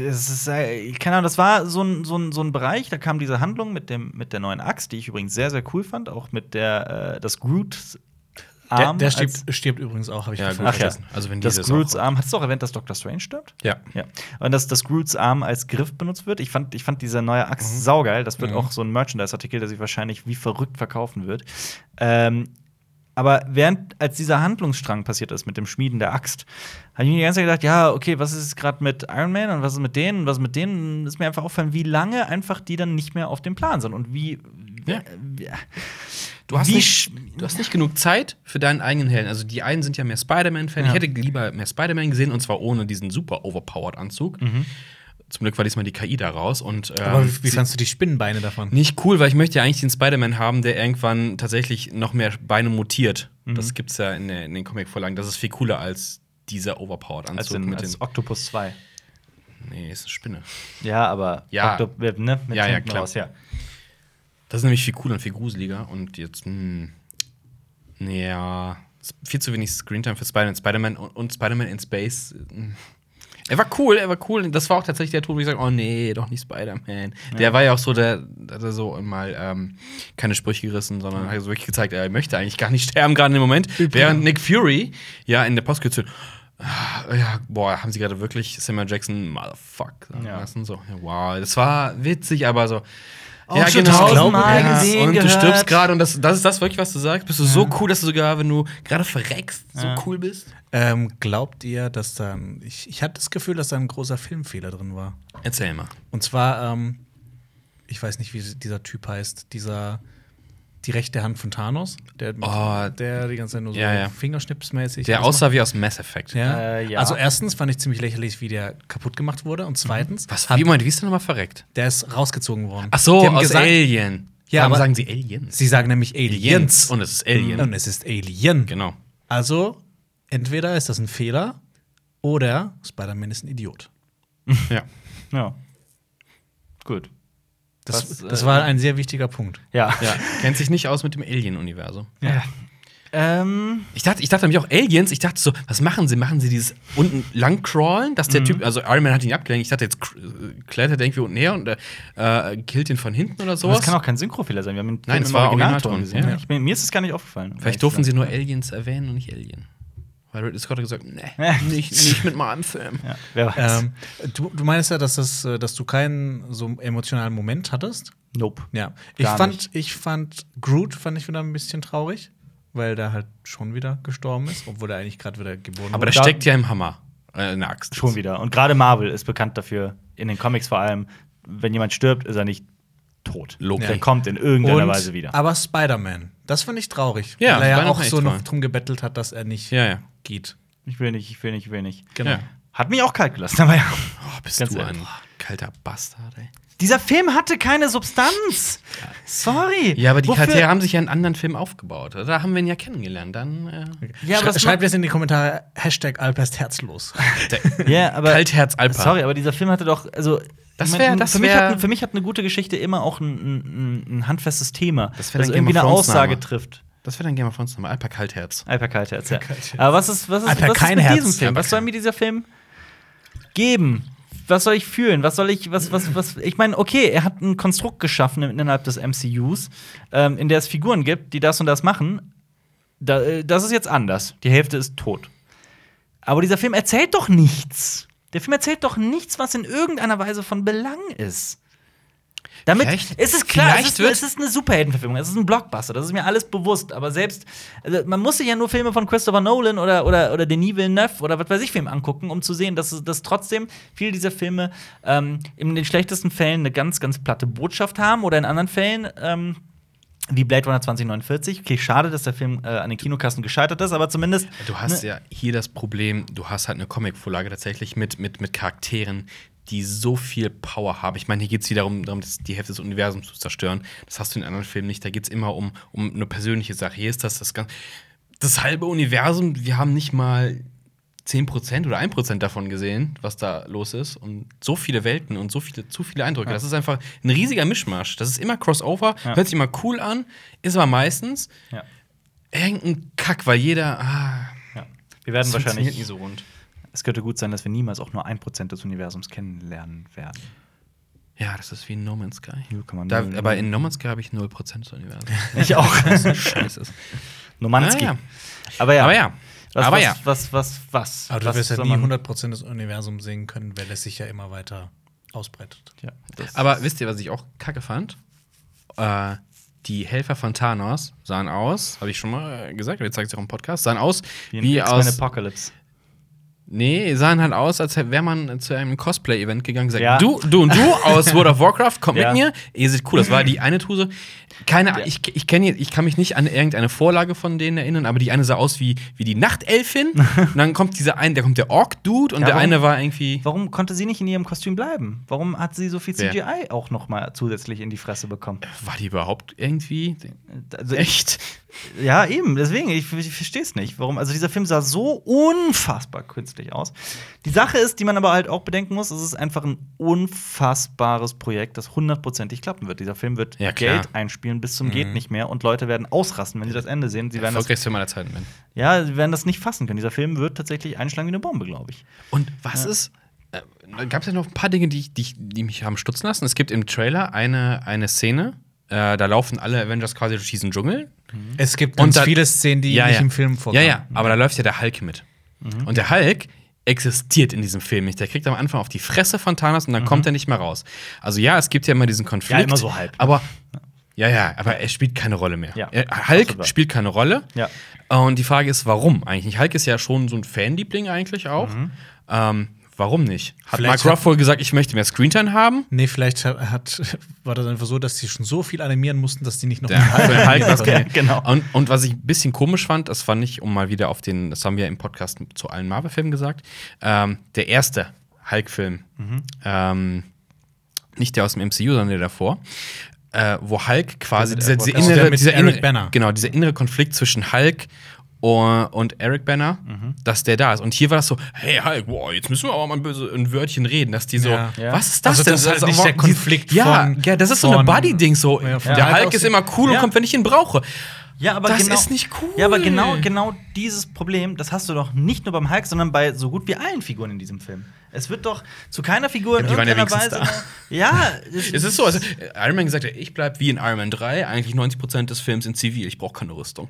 es ist, äh, keine Ahnung, das war so ein, so, ein, so ein Bereich, da kam diese Handlung mit, dem, mit der neuen Axt, die ich übrigens sehr, sehr cool fand, auch mit der, äh, das Groot.
Der,
Arm
der
als-
stirbt, stirbt übrigens auch, habe ich
Ja,
vorhin
gut.
Ach ja.
vergessen.
Also wenn
Das
dieses
Groots
auch-
Arm. Hast du auch erwähnt, dass Dr. Strange stirbt?
Ja.
Ja. Und dass das Groots Arm als Griff benutzt wird. Ich fand, ich fand diese neue Axt
Mhm.
saugeil. Das wird auch so ein Merchandise-Artikel, der sich wahrscheinlich wie verrückt verkaufen wird. Ähm, aber während, als dieser Handlungsstrang passiert ist mit dem Schmieden der Axt, habe ich mir die ganze Zeit gedacht, ja, okay, was ist gerade mit Iron Man und was ist mit denen und was ist mit denen? Und Ist mir einfach aufgefallen, wie lange einfach die dann nicht mehr auf dem Plan sind und wie. äh,
Ja.
wie-
Du hast,
Wie
nicht,
sch-
du hast nicht genug Zeit für deinen eigenen Helden. Also die einen sind ja mehr Spider-Man-Fan.
Ja.
Ich hätte lieber mehr Spider-Man gesehen und zwar ohne diesen super overpowered Anzug. Zum Glück war diesmal die KI da raus und ähm,
Aber wie, wie
sie-
fandst du die Spinnenbeine davon?
nicht cool, weil ich möchte ja eigentlich den Spider-Man haben, der irgendwann tatsächlich noch mehr Beine mutiert. Das gibt's ja in, der, in den Comic-Vorlagen. Das ist viel cooler als dieser overpowered Anzug
als, in,
mit
als
den.
Octopus 2.
Nee, ist eine Spinne.
Ja, aber
Ja.
Octop- ne, mit
Ja, ja,
hinten
klar.
raus, ja.
Das ist nämlich viel cooler und viel gruseliger. Und jetzt, hm, ja, ist viel zu wenig Screentime für Spider-Man. Spider-Man und, und Spider-Man in Space. hm. Er war cool, er war cool. Das war auch tatsächlich der Tod, wo ich sage, oh nee, doch nicht Spider-Man. Der war ja auch so, der der hat er so mal ähm, keine Sprüche gerissen, sondern hat so wirklich gezeigt, er möchte eigentlich gar nicht sterben gerade im Moment. Während Nick Fury ja in der Postkürze ah, ja, boah, haben sie gerade wirklich Samuel Jackson Motherfuck sagen
Ja.
lassen so. Ja, wow, das war witzig, aber so genau,
Auch schon tausendmal gesehen,
und du
gehört.
stirbst gerade und das, das ist das wirklich, was du sagst. Bist du so cool, dass du sogar, wenn du gerade verreckst, so
Ja.
cool bist?
Ähm, glaubt ihr, dass da. ein- Ich, ich hatte das Gefühl, dass da ein großer Filmfehler drin war.
Erzähl mal.
Und zwar, ähm, ich weiß nicht, wie dieser Typ heißt, dieser die rechte Hand von Thanos, der,
Oh.
der die ganze Zeit nur so
Ja, ja.
fingerschnipsmäßig.
Der
alles
aussah wie aus Mass Effect.
macht. Ja.
Äh, ja.
Also erstens fand ich ziemlich lächerlich, wie der kaputt gemacht wurde. Und zweitens,
Was?
hat,
Wie, Moment, wie ist der nochmal verreckt?
der ist rausgezogen worden.
Ach so,
Die haben
aus
gesagt,
Alien.
Ja,
Warum
aber-
sagen sie Aliens?
Sie sagen nämlich Aliens.
Und es ist Alien.
Und es ist Alien.
Genau.
Also, entweder ist das ein Fehler oder Spider-Man ist ein Idiot.
Ja.
Ja. Gut.
Das,
Was,
das
äh,
war ein sehr wichtiger Punkt.
Ja.
ja. Kennt sich nicht aus mit dem Alien-Universum.
Ähm,
Ich dachte, ich dachte nämlich auch Aliens. Ich dachte so, was machen sie? Machen sie dieses unten lang crawlen, dass der Typ, also Iron Man hat ihn abgelenkt. Ich dachte, jetzt kr- äh, klettert er irgendwie unten her und äh, äh, killt ihn von hinten oder
aber
sowas.
das kann auch kein Synchrofehler sein. Wir haben den Film
Nein, es
im
war
Originalton
Originalton,
gesehen.
ja.
Ich bin, mir ist es gar nicht aufgefallen. um ehrlich
Vielleicht durften
zu
sie
sein.
nur Aliens erwähnen und nicht Alien. Weil Ridley Scott hat gesagt, nee, nicht, nicht mit meinem Film.
Ja, wer weiß.
Ähm, du, du meinst ja, dass, das, äh, dass du keinen so emotionalen Moment hattest.
nope.
Ja. Ich
Gar
fand, ich fand Groot fand ich wieder ein bisschen traurig, weil der halt schon wieder gestorben ist, obwohl er eigentlich gerade wieder geboren
Aber
wurde.
das
da-
steckt ja im Hammer. Äh, in der Axt.
Schon wieder. Und gerade Marvel ist bekannt dafür, in den Comics vor allem, wenn jemand stirbt, ist er nicht tot.
Loki.
Der kommt in irgendeiner
Und-
Weise wieder.
Aber Spider-Man, das fand ich traurig,
Ja,
weil er ja
Spider-Man
auch
echt
so noch
traurig.
drum gebettelt hat, dass er nicht
Ja, ja.
geht.
Ich will nicht, ich will nicht, ich will nicht.
Genau.
Ja.
Hat mich auch kalt gelassen, aber ja.
Oh, bist
Ganz
du
ehrlich.
ein kalter Bastard, ey.
Dieser Film hatte keine Substanz. Sorry.
Ja, aber die
Wofür-
Charaktere haben sich ja in anderen Filmen aufgebaut. Da haben wir ihn ja kennengelernt. Dann äh,
Ja, aber
Schrei-
das
Schreibt jetzt in die Kommentare Hashtag Alpest herzlos.
Ja, aber
Kaltherz Alper.
Sorry, aber dieser Film hatte doch, also
Das
ich mein,
wär- das
für, mich
wär-
hat, für mich hat eine gute Geschichte immer auch ein, ein, ein- ein handfestes Thema,
Das wär
das
dann
irgendwie
Game
eine
of Thrones
Aussage
Name.
trifft.
das wäre dann Game of Thrones nochmal. Alper Kaltherz.
Alper Kaltherz, ja. Aber was ist, was ist,
Alper
was ist
kein
mit
Herz.
diesem Film?
Alper
Was soll mir dieser Film geben? Was soll ich fühlen? Was soll ich, was, was, was? Ich meine, okay, er hat ein Konstrukt geschaffen innerhalb des MCUs, ähm, in der es Figuren gibt, die das und das machen. Da, äh, das ist jetzt anders. Die Hälfte ist tot. Aber dieser Film erzählt doch nichts. Der Film erzählt doch nichts, was in irgendeiner Weise von Belang ist. Damit
Vielleicht-
es ist klar, es
vielleicht
ist,
wird-
es ist eine Superheldenverfilmung, es ist ein Blockbuster, das ist mir alles bewusst. Aber selbst, also man muss sich ja nur Filme von Christopher Nolan oder, oder, oder Denis Villeneuve oder was weiß ich, Film angucken, um zu sehen, dass, es- dass trotzdem viele dieser Filme ähm, in den schlechtesten Fällen eine ganz, ganz platte Botschaft haben oder in anderen Fällen. Ähm, wie Blade Runner 2049. Okay, schade, dass der Film äh, an den Kinokassen gescheitert ist, aber zumindest.
Du hast
Ne?
ja hier das Problem, du hast halt eine Comicvorlage tatsächlich mit, mit, mit Charakteren, die so viel Power haben. Ich meine, hier geht es wiederum darum, dass die Hälfte des Universums zu zerstören. Das hast du in anderen Filmen nicht. Da geht es immer um, um eine persönliche Sache. Hier ist das das ganze. Das halbe Universum, wir haben nicht mal 10% oder 1% davon gesehen, was da los ist. Und so viele Welten und so viele, zu viele Eindrücke. Das ist einfach ein riesiger Mischmasch. Das ist immer Crossover,
Ja.
hört sich immer cool an, ist aber meistens
Ja,
irgendein Kack, weil jeder. Ah,
ja. Wir werden
das funktioniert
wahrscheinlich.
nie so rund.
Es könnte gut sein, dass wir niemals auch nur 1% des Universums kennenlernen werden.
Ja, das ist wie in No Man's Sky.
0,0.
Da, aber in No Man's Sky habe ich 0% des Universums.
Ich auch.
Scheiße. ist.
Nomanski.
Ah, ja.
Aber ja.
Aber ja.
Was,
aber
was,
ja.
Was, was, was?
Aber du
was
wirst halt
soll
nie
man-
100% des Universums sehen können, weil es sich ja immer weiter ausbreitet.
Ja, das-
Aber wisst ihr, was ich auch kacke fand? Äh, die Helfer von Thanos sahen aus, habe ich schon mal äh, gesagt, aber jetzt zeige ich es auch im Podcast, sahen aus
wie,
wie,
in X-Men
aus.
Apocalypse.
Nee, sahen halt aus, als wäre man zu einem Cosplay-Event gegangen und gesagt,
Ja.
du, du und du aus World of Warcraft, kommt
Ja.
mit mir. Ihr seht cool, das war die eine Tuse. Keine Ahnung, ich, ich, kenn jetzt- ich kann mich nicht an irgendeine Vorlage von denen erinnern, aber die eine sah aus wie, wie die Nachtelfin. und dann kommt dieser eine, der kommt der Ork-Dude und
Ja,
der
warum-
eine war irgendwie.
Warum konnte sie nicht in ihrem Kostüm bleiben? Warum hat sie so viel
Wer?
CGI auch noch mal zusätzlich in die Fresse bekommen?
War die überhaupt irgendwie?
Also ich,
Echt?
ja, eben, deswegen, ich, ich verstehe es nicht. Warum? Also, dieser Film sah so unfassbar künstlich aus. Die Sache ist, die man aber halt auch bedenken muss, es ist einfach ein unfassbares Projekt, das hundertprozentig klappen wird. Dieser Film wird
Ja, klar. Mhm.
Geld einspielen bis zum Geht nicht mehr und Leute werden ausrasten, wenn sie das Ende sehen. Sie werden das
Erfolgreichste meiner Zeiten, wenn.
Ja, sie werden das nicht fassen können. Dieser Film wird tatsächlich einschlagen wie eine Bombe, glaube ich.
Und was ist. Äh, Gab es ja noch ein paar Dinge, die, ich- die, ich- die mich haben stutzen lassen? Es gibt im Trailer eine, eine Szene, äh, da laufen alle Avengers quasi durch diesen Dschungel.
Es gibt ganz
da-
viele Szenen, die nicht im Film vorkommen.
Ja, ja, aber da läuft ja der Hulk mit. Und der Hulk existiert in diesem Film nicht. Der kriegt am Anfang auf die Fresse von Thanos und dann kommt er nicht mehr raus. Also ja, es gibt ja immer diesen Konflikt.
Ja, immer so halb.
Aber ja, ja, aber er spielt keine Rolle mehr.
Ja.
Er, Hulk
Absolut.
spielt keine Rolle.
Ja.
Und die Frage ist, warum eigentlich nicht? Hulk ist ja schon so ein Fanliebling eigentlich auch. Ähm, warum nicht? Hat
Vielleicht
Mark Ruffalo gesagt, ich möchte mehr Screentime haben?
Nee, vielleicht hat, hat, war das einfach so, dass die schon so viel animieren mussten, dass die nicht noch.
Ja, für den Hulk das
Ja,
geht.
genau.
Und, und was ich ein bisschen komisch fand, das fand ich, um mal wieder auf den, das haben wir im Podcast zu allen Marvel-Filmen gesagt, ähm, der erste Hulk-Film,
Mhm.
ähm, nicht der aus dem MCU, sondern der davor, äh, wo Hulk quasi
Der
dieser,
mit
dieser
Eric-
der
innere,
mit
dieser
Eric
innere,
Banner.
genau, dieser innere Konflikt zwischen Hulk und, und Eric Banner,
Mhm.
dass der da ist. Und hier war das so, hey Hulk, wow, jetzt müssen wir aber mal ein, böse, ein Wörtchen reden, dass die so,
Ja.
Ja.
was ist das
Also,
denn?
das ist halt nicht
aber-
der Konflikt
ja,
von-
Ja, das ist so eine
von-
Buddy-Ding, so,
Ja, von
der
Hulk
Hulk
aus-
ist immer cool
Ja.
und kommt, wenn ich ihn brauche.
Ja, aber genau-
Das ist nicht cool.
Ja, aber genau, genau dieses Problem, das hast du doch nicht nur beim Hulk, sondern bei so gut wie allen Figuren in diesem Film. Es wird doch zu keiner Figur in
Ja, die waren ja
irgendeiner Weise.
wenigstens
Ja,
Es ist so, also äh, Iron Man gesagt hat, ich bleib wie in Iron Man 3, eigentlich 90% des Films in Zivil, ich brauche keine Rüstung.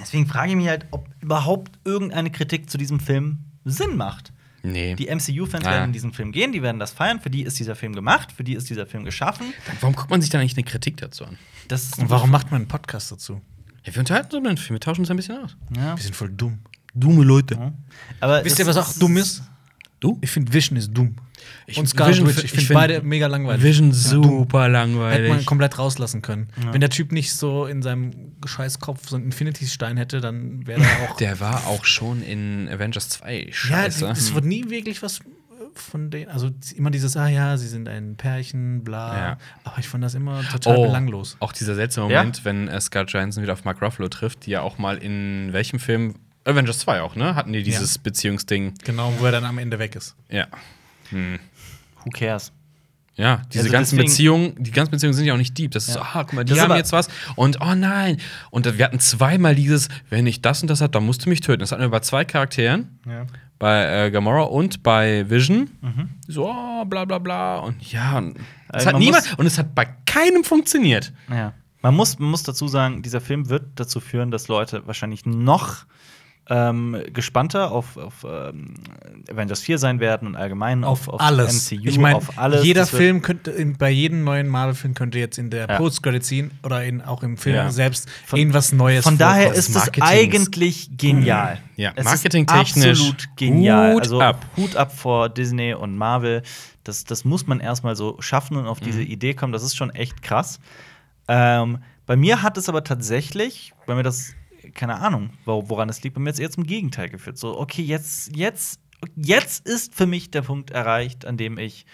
deswegen frage ich mich halt, ob überhaupt irgendeine Kritik zu diesem Film Sinn macht.
Nee.
Die MCU-Fans
Ja.
werden in diesen Film gehen, die werden das feiern, für die ist dieser Film gemacht, für die ist dieser Film geschaffen.
Warum guckt man sich dann eigentlich eine Kritik dazu an?
Das ist
Und warum macht man einen Podcast dazu?
Ja, wir unterhalten uns über den Film, wir tauschen uns ein bisschen aus.
Ja.
Wir sind voll dumm.
Dumme Leute.
Aber
Wisst
es
ihr, was auch
ist-
dumm ist?
Du?
Ich finde Vision ist dumm.
Ich-
und Scarlet
Vision-
Witch, ich
ich
finde
find-
beide mega langweilig.
Vision super
Hätte man
langweilig.
komplett rauslassen können. Wenn der Typ nicht so in seinem Scheißkopf so einen Infinity-Stein hätte, dann wäre er auch.
Der war auch schon in Avengers 2.
ja,
Scheiße.
es wurde nie wirklich was äh, von denen. Also immer dieses, ah ja, sie sind ein Pärchen, bla.
Ja.
Aber ich fand das immer total belanglos.
Oh, Auch dieser seltsame
Ja?
Moment, wenn äh, Scarlett Johansson wieder auf Mark Ruffalo trifft, die ja auch mal in welchem Film? Avengers 2 auch, ne? Hatten die dieses Beziehungsding.
Genau, wo er dann am Ende weg ist.
Ja.
Who cares?
Ja, diese
Also
ganzen
deswegen-
Beziehungen, die ganzen Beziehungen sind ja auch nicht deep. Das ist so, ah, guck mal, die
Das ist
haben
aber-
jetzt was und oh nein. Und wir hatten zweimal dieses, wenn ich das und das hab, dann musst du mich töten. Das hatten wir bei zwei Charakteren,
Ja.
bei äh, Gamora und bei Vision. So, oh, bla bla bla. Und ja, und es
Mhm. Also
hat
man
niemand,
muss-
und es hat bei keinem funktioniert.
Ja. Man muss, man muss dazu sagen, dieser Film wird dazu führen, dass Leute wahrscheinlich noch ähm, gespannter auf, auf ähm, Avengers 4 sein werden und allgemein auf, auf
alles.
MCU,
ich meine,
auf alles.
jeder
Das wird-
Film könnte, in- bei jedem neuen Marvel-Film könnte jetzt in der
Ja.
Post-Credit scene oder in, auch im Film
Ja.
selbst irgendwas Neues
Von daher
vorkommen.
ist es
Marketings. Hm,
eigentlich genial.
Ja,
Es ist
marketingtechnisch
Absolut genial.
Hut
also
ab.
Hut ab vor Disney und Marvel. Das, das muss man erstmal so schaffen und
Mhm.
auf diese Idee kommen. Das ist schon echt krass. Ähm, bei mir hat es aber tatsächlich, bei mir das, keine Ahnung, wo- woran es liegt, bei mir jetzt eher zum Gegenteil geführt. So, okay, jetzt, jetzt, jetzt ist für mich der Punkt erreicht, an dem ich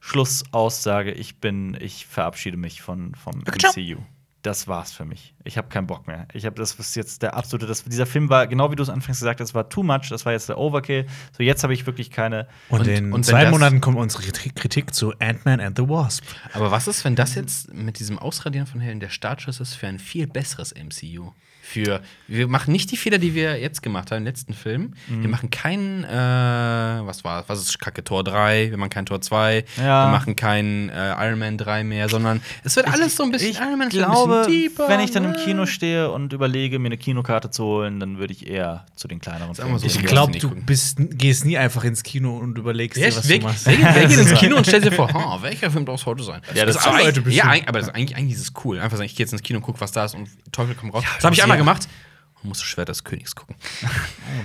Schlussaussage, ich bin, ich verabschiede mich von, vom MCU. Das war's für mich. Ich habe keinen Bock mehr. Ich habe das ist jetzt der absolute. Das, dieser Film war genau wie du es anfangs gesagt hast, war too much. Das war jetzt der Overkill. So jetzt habe ich wirklich keine.
Und,
Und-
in
und wenn
zwei
das-
Monaten kommt unsere Kritik Kritik zu Ant-Man and the Wasp.
Aber was ist, wenn das jetzt mit diesem Ausradieren von Helden der Startschuss ist für ein viel besseres MCU? Für wir machen nicht die Fehler, die wir jetzt gemacht haben im letzten Film. Wir
Mhm.
machen keinen, äh, was war, was ist Kacke Tor 3, wir machen kein Tor 2,
Ja.
wir machen keinen äh, Iron Man 3 mehr, sondern es wird alles so ein bisschen
Ich
Iron Man ist ein
glaube,
bisschen deeper,
wenn ich dann im
ne?
Kino stehe und überlege, mir eine Kinokarte zu holen, dann würde ich eher zu den kleineren
Sag mal so,
Filmen
die
gehen.
Ich
ersten
glaube,
nicht
du
gucken.
bist, gehst nie einfach ins Kino und überlegst
Wer,
dir, was
wer,
du machst.
wer, wer geht ins Kino und stellt sich vor, ha, welcher Film darf es heute sein?
Ja, das
ist aber
sind Leute
eigentlich-
bestimmt.
ja, eigentlich- aber das, ist eigentlich, eigentlich ist es cool. Einfach sagen, ich gehe jetzt ins Kino und guck, was da ist und Teufel kommt raus. das
das
habe ich
ist
einmal
ja-
gemacht. Man muss das Schwert des Königs gucken.
Oh,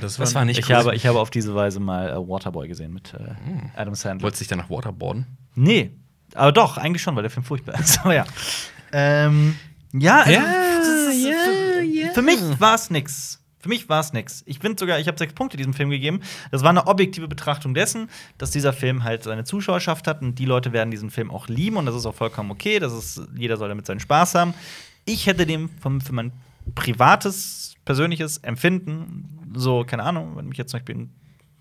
das
Das war nicht
Ich habe, ich habe auf diese Weise mal äh, Waterboy gesehen mit äh,
Hm.
Adam Sandler.
Wolltest du dich danach waterboarden?
Nee, aber doch, eigentlich schon, weil der Film furchtbar ist. Aber ja. Ähm, ja, also, das ist- für, für mich war es nix. Für mich war es nix. Ich bin sogar, ich habe sechs Punkte diesem Film gegeben. Das war eine objektive Betrachtung dessen, dass dieser Film halt seine Zuschauerschaft hat und die Leute werden diesen Film auch lieben und das ist auch vollkommen okay. Das ist, jeder soll damit seinen Spaß haben. Ich hätte dem vom, für mein privates, persönliches Empfinden, so, keine Ahnung, wenn mich jetzt zum Beispiel ein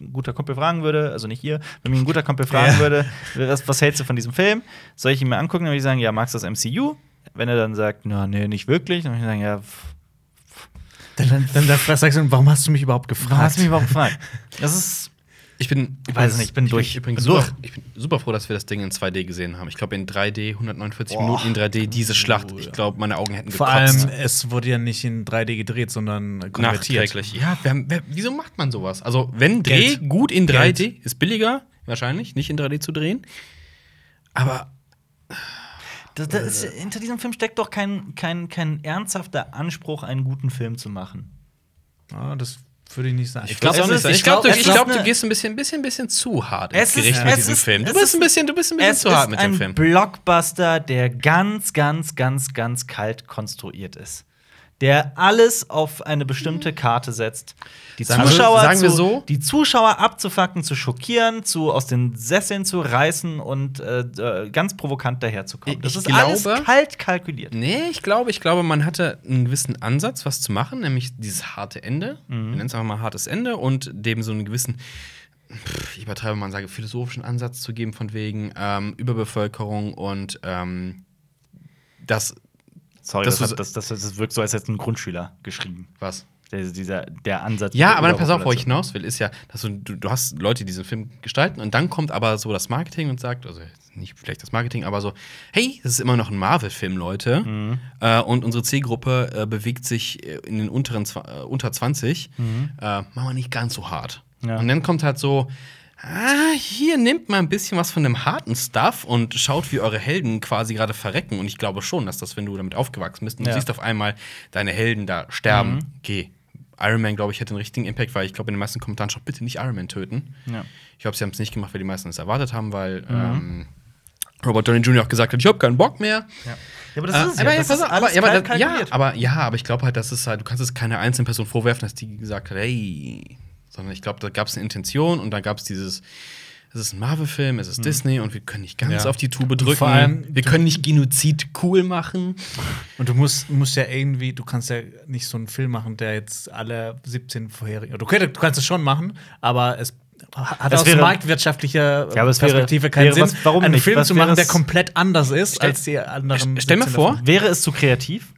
ein guter Kumpel fragen würde, also nicht ihr, wenn mich ein guter Kumpel fragen
Ja.
würde, was, was hältst du von diesem Film? Soll ich ihn mir angucken? Dann würde ich sagen, ja, magst du das MCU? Wenn er dann sagt, na, nee, nicht wirklich, dann würde ich sagen, ja, pff,
Dann, dann, dann, dann sagst du, warum hast du mich überhaupt gefragt?
warum hast du mich überhaupt gefragt? Das ist,
Ich bin.
Ich weiß es nicht, ich bin durch.
übrigens
Bin
Super, ich bin super froh, dass wir das Ding in 2D gesehen haben. Ich glaube, in 3D, 149
Boah.
Minuten in 3D, diese Schlacht, ich glaube, meine Augen hätten
Vor
gekotzt.
allem, es wurde ja nicht in 3D gedreht, sondern konvertiert.
nachträglich. Ja, wer, wer, wieso macht man sowas? Also, wenn Dreh
Geld.
gut in 3D
Geld.
ist billiger, wahrscheinlich, nicht in 3D zu drehen. Aber
das, das ist hinter diesem Film steckt doch kein, kein, kein ernsthafter Anspruch, einen guten Film zu machen.
Ah, das würde ich nicht sagen.
ich
glaub,
glaube,
es ist-
glaub,
ich glaub,
ich glaub, du, ich
es ist
glaub, du
eine-
gehst ein bisschen, bisschen, bisschen zu hart
Es
ins
ist-
Gericht
es
mit diesem
ist-
Film. Du
es
bist ein
ist-
bisschen, du bist ein bisschen zu hart mit dem
ein
Film.
Blockbuster, der ganz, ganz, ganz, ganz kalt konstruiert ist. Der alles auf eine bestimmte Karte setzt. Die
Sagen wir-
Zuschauer,
sagen wir
zu,
so?
die Zuschauer abzufacken, zu schockieren, zu aus den Sesseln zu reißen und äh, äh, ganz provokant daherzukommen.
Ich-
Das
ich
ist alles
glaube-
kalt kalkuliert.
Nee, ich glaube, ich glaube, man hatte einen gewissen Ansatz, was zu machen, nämlich dieses harte Ende. Wir nennen es einfach mal hartes Ende und dem so einen gewissen, pff, ich übertreibe mal, sage, philosophischen Ansatz zu geben, von wegen ähm, Überbevölkerung und ähm, das,
Sorry,
Das
das,
ist-
das, das, das, wirkt so, als hätte es ein Grundschüler geschrieben.
was?
Der, dieser, der Ansatz.
Ja,
der
aber dann pass auf, wo ich
Überpopulation.
hinaus will, ist ja, dass du, du, du hast Leute, die diesen Film gestalten und dann kommt aber so das Marketing und sagt, also nicht vielleicht das Marketing, aber so, hey, es ist immer noch ein Marvel-Film, Leute.
Mhm.
Äh, und unsere Zielgruppe äh, bewegt sich äh, in den unteren Zwa- äh, unter 20. Äh, machen wir nicht ganz so hart.
Mhm. Ja.
Und dann kommt halt so, ah, hier nimmt mal ein bisschen was von dem harten Stuff und schaut, wie eure Helden quasi gerade verrecken. Und ich glaube schon, dass das, wenn du damit aufgewachsen bist und
Ja.
du siehst auf einmal deine Helden da sterben,
Mhm.
geh. Iron Man, glaube ich, hätte einen richtigen Impact, weil ich glaube, in den meisten Kommentaren schaut bitte nicht Iron Man töten.
Ja. Mhm.
Ich glaube, sie haben es nicht gemacht, weil die meisten es erwartet haben, weil ähm, Robert Downey Jr. auch gesagt hat, ich habe keinen Bock mehr.
Ja, aber
Äh,
das ist es ja.
aber ja,
Das
pass
ist
auf, aber-
alles
ja, aber
kalt
das- ja,
kalkuliert.
aber ja, aber ich glaube halt, das ist halt, du kannst es keiner einzelnen Person vorwerfen, dass die gesagt hat, hey, sondern ich glaube, da gab es eine Intention und da gab es dieses, es ist ein Marvel-Film,
Mhm.
es ist Disney und wir können nicht ganz
Ja.
auf die Tube drücken.
vor allem-
wir können nicht Genozid cool machen.
Und du musst, musst ja irgendwie, du kannst ja nicht so einen Film machen, der jetzt alle 17 vorherigen. Du, könntest- du kannst es schon machen, aber es hat
Es
aus
wäre-
marktwirtschaftlicher
Ja, aber es wäre-
Perspektive keinen
wäre
Sinn,
was- warum
einen
nicht?
Film
Was
zu machen,
wäre
der
es-
komplett anders ist als die anderen.
stell mal
17
vor,
davor.
Wäre es zu kreativ?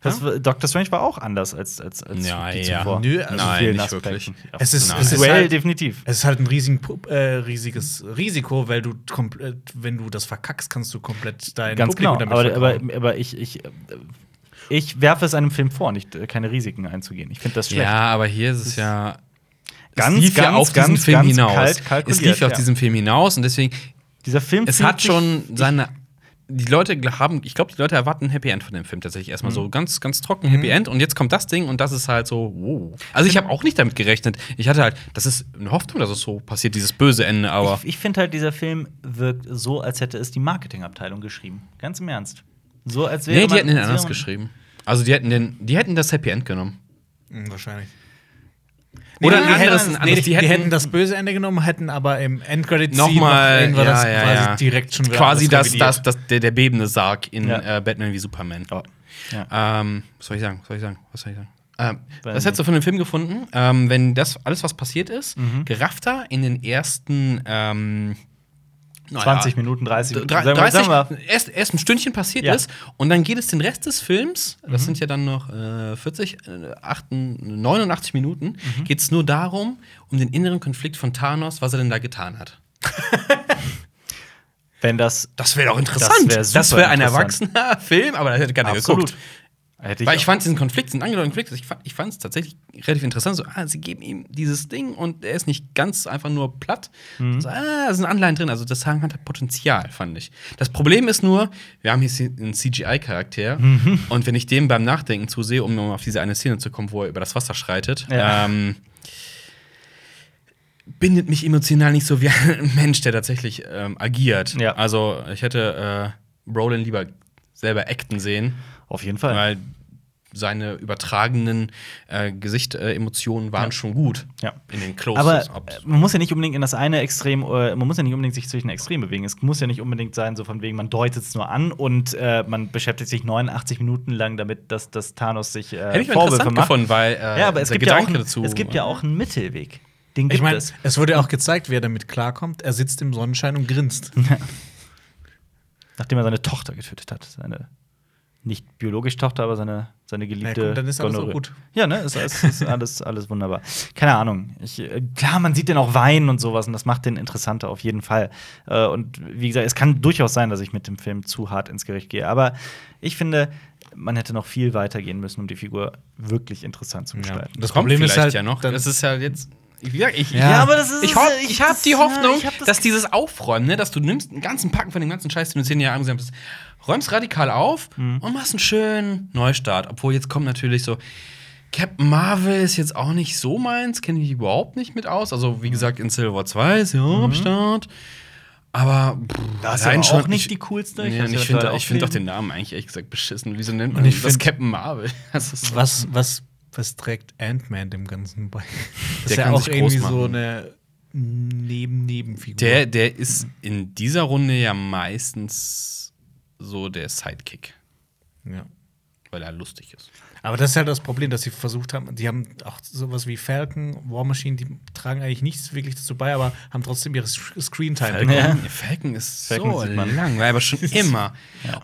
Das, Dr. Strange war auch anders als, als, als
Ja,
die
ja.
zuvor.
Nö, also
Nein,
vielen
nicht
Aspekten.
wirklich.
Ja,
Es ist-
nein.
es ist
Visuell
halt-
definitiv.
Es ist halt ein riesigen, Pu- äh, riesiges Risiko, weil du äh, komplett, wenn du das verkackst, kannst du komplett dein
Ganz genau.
damit
Aber, aber,
vergrauen.
aber ich, ich äh, Ich werfe es einem Film vor, nicht äh, keine Risiken einzugehen. Ich finde das schlecht.
Ja, aber hier ist es ja.
Ganz,
es lief ja
ganz,
auf diesen
ganz,
Film
ganz
hinaus.
kalt
es
kalkuliert,
lief ja auf
ja.
diesen Film hinaus und deswegen,
Dieser Film
es
fühlt
hat
sich-
schon seine. Die Leute gl- haben, ich glaube, die Leute erwarten ein Happy End von dem Film tatsächlich erstmal
Mhm.
so ganz, ganz trocken Happy End und jetzt kommt das Ding und das ist halt so, wow. Also
Genau.
ich habe auch nicht damit gerechnet. Ich hatte halt, das ist eine Hoffnung, dass es so passiert, dieses böse Ende, aber
Ich, ich finde halt, dieser Film wirkt so, als hätte es die Marketingabteilung geschrieben. Ganz im Ernst. So, als wäre
nee, die
man-
hätten den
als wäre
anders
man-
geschrieben. Also die hätten den, die hätten das Happy End genommen.
Hm, wahrscheinlich.
Oder
nee,
ein anderes,
nee,
ein
Nee,
anderes.
die, hätten, das böse Ende genommen, hätten aber im Endcredit
nochmal
war
ja,
das
ja,
quasi
ja.
direkt schon wieder
quasi
alles
das, das, das, der, der bebende Sarg in
Ja.
äh, Batman wie Superman. Ähm, was soll ich sagen? Was soll ich sagen? Was soll ich sagen? Ähm,
Weil-
was hättest du von dem Film gefunden, ähm, wenn das alles, was passiert ist,
Mhm.
geraffter in den ersten ähm, naja,
20 Minuten, 30 Minuten.
Drei-
sagen wir-
30,
sagen wir-
erst, erst ein Stündchen passiert
Ja. Mhm.
ist und dann geht es den Rest des Films, das sind ja dann noch äh, 40, äh, 8, 89 Minuten,
Mhm.
geht es nur darum, um den inneren Konflikt von Thanos, was er denn da getan hat.
Wenn das
Das wäre doch
interessant.
Das wäre
Das wär ein
ein erwachsener Film, aber das hätte keiner
Absolut.
geguckt.
hätte ich
Weil ich
auch-
fand diesen Konflikt, diesen angedeuteten Konflikt, also ich fand, ich fand es tatsächlich relativ interessant. So, ah, sie geben ihm dieses Ding und er ist nicht ganz einfach nur platt.
Mhm.
So, ah, da sind Anleihen drin. Also das Sagen hat Potenzial, fand ich. Das Problem ist nur, wir haben hier einen CGI-Charakter
Mhm.
und wenn ich dem beim Nachdenken zusehe, um nochmal auf diese eine Szene zu kommen, wo er über das Wasser schreitet,
Ja.
ähm, bindet mich emotional nicht so wie ein Mensch, der tatsächlich ähm, agiert.
Ja.
Also ich hätte äh, Brolin lieber selber acten sehen.
auf jeden Fall.
Weil seine übertragenen äh, Gesicht-Emotionen waren schon gut
Ja.
in den Close.
aber äh, man muss ja nicht unbedingt in das eine Extrem, äh, man muss ja nicht unbedingt sich zwischen Extrem bewegen. Es muss ja nicht unbedingt sein, so von wegen, man deutet es nur an und äh, man beschäftigt sich 89 Minuten lang damit, dass, dass Thanos sich äh,
Hätte ich mal
Vorwürfe
interessant
macht.
gefunden, weil äh,
ja, aber es
der
gibt ja, auch
Gedanke
ein,
dazu.
es gibt ja auch einen Mittelweg. Den gibt
Ich meine,
es.
es wurde ja auch gezeigt, wie er damit klarkommt. Er sitzt im Sonnenschein und grinst.
Nachdem er seine Tochter getötet hat. Seine nicht biologische Tochter, aber seine, seine geliebte.
Ja, komm, dann ist alles
Gonorrhoe.
auch gut.
Ja, ne? Ist, ist, ist alles, alles wunderbar. Keine Ahnung. Ich, äh, klar, man sieht den auch weinen und sowas und das macht den interessanter auf jeden Fall. Äh, und wie gesagt, es kann durchaus sein, dass ich mit dem Film zu hart ins Gericht gehe. Aber ich finde, man hätte noch viel weiter gehen müssen, um die Figur wirklich interessant zu
Ja.
gestalten.
Das
Kommt
Problem ist
vielleicht
halt
ja noch.
dann-
Das ist ja jetzt. Ich, wie gesagt, ich,
Ja. Ja,
aber das ist-
ich, hoff,
ich-
ich habe die
das-
Hoffnung,
ich hab das-
dass dieses Aufräumen, ne, dass du nimmst einen ganzen Packen von dem ganzen Scheiß, den du zehn Jahre angesammelt hast, räumst radikal auf und machst einen schönen Neustart. Obwohl jetzt kommt natürlich so, Captain Marvel ist jetzt auch nicht so meins, kenne ich überhaupt nicht mit aus. Also, wie gesagt, in Civil War 2 ist ja am Start. Aber pff,
Da ist
allein
aber auch
schon-
nicht
ich-
die coolste.
Nee,
hab's
und ich
ja
finde
gerade
ich finde auch den
aufgeschrieben.
Namen eigentlich ehrlich gesagt beschissen. Wieso nennt man
ich
das
find-
Captain Marvel? Das ist so-
Was, was, was trägt Ant-Man dem Ganzen bei? Das ist
Der
ja
kann
auch
sich
irgendwie
groß
so
machen.
eine Neben-Nebenfigur.
Der, der ist in dieser Runde ja meistens so der Sidekick,
ja.
weil er lustig ist.
Aber das ist halt das Problem, dass sie versucht haben, die haben auch sowas wie Falcon, War Machine, die tragen eigentlich nichts wirklich dazu bei, aber haben trotzdem ihre Sch- Screentime.
Falcon,
bekommen.
Ja.
Falcon ist
Falcon
so
sieht man.
lang, war aber schon immer.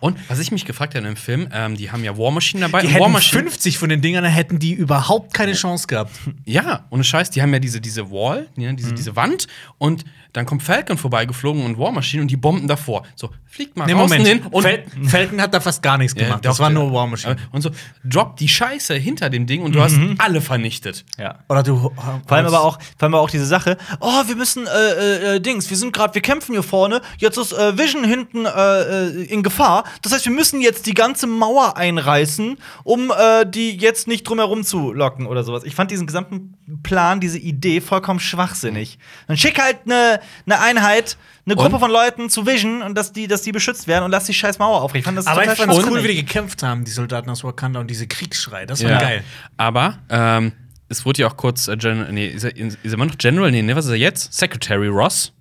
Und was ich mich gefragt habe in dem Film, ähm, die haben ja War Machine dabei.
Die
und Äh, War
hätten
Machine,
50 von den Dingern, dann hätten die überhaupt keine Chance gehabt.
Ja, ohne Scheiß, die haben ja diese, diese Wall, ja, diese, diese Wand und dann kommt Falcon vorbeigeflogen und War Machine und die bomben davor. So, fliegt mal
Nee,
außen
Moment.
hin und
Fel Falcon hat da fast gar nichts
Ja,
gemacht.
doch,
das war
der-
nur War Machine.
äh, Und so, drop die Scheiße hinter dem Ding und du hast alle vernichtet.
Ja.
Oder du. äh,
Vor allem aber auch, vor allem aber auch diese Sache, oh, wir müssen, äh, äh, Dings, wir sind gerade, wir kämpfen hier vorne, jetzt ist äh, Vision hinten äh, äh, in Gefahr. Das heißt, wir müssen jetzt die ganze Mauer einreißen, um äh, die jetzt nicht drumherum zu locken oder sowas. Ich fand diesen gesamten Plan, diese Idee vollkommen schwachsinnig. Dann schick halt eine ne Einheit, eine Gruppe
Und?
von Leuten zu Vision und dass die, dass die beschützt werden und lass die scheiß Mauer aufrecht. Ich fand das
Aber ich
total
fand es cool,
schwachsinnig.
wie die gekämpft haben, die Soldaten aus Wakanda und diese Kriegsschrei. Das war
Ja.
geil.
Aber ähm, es wurde ja auch kurz äh, General, nee, ist er, ist er immer noch General? Nee, ne, was ist er jetzt? Secretary Ross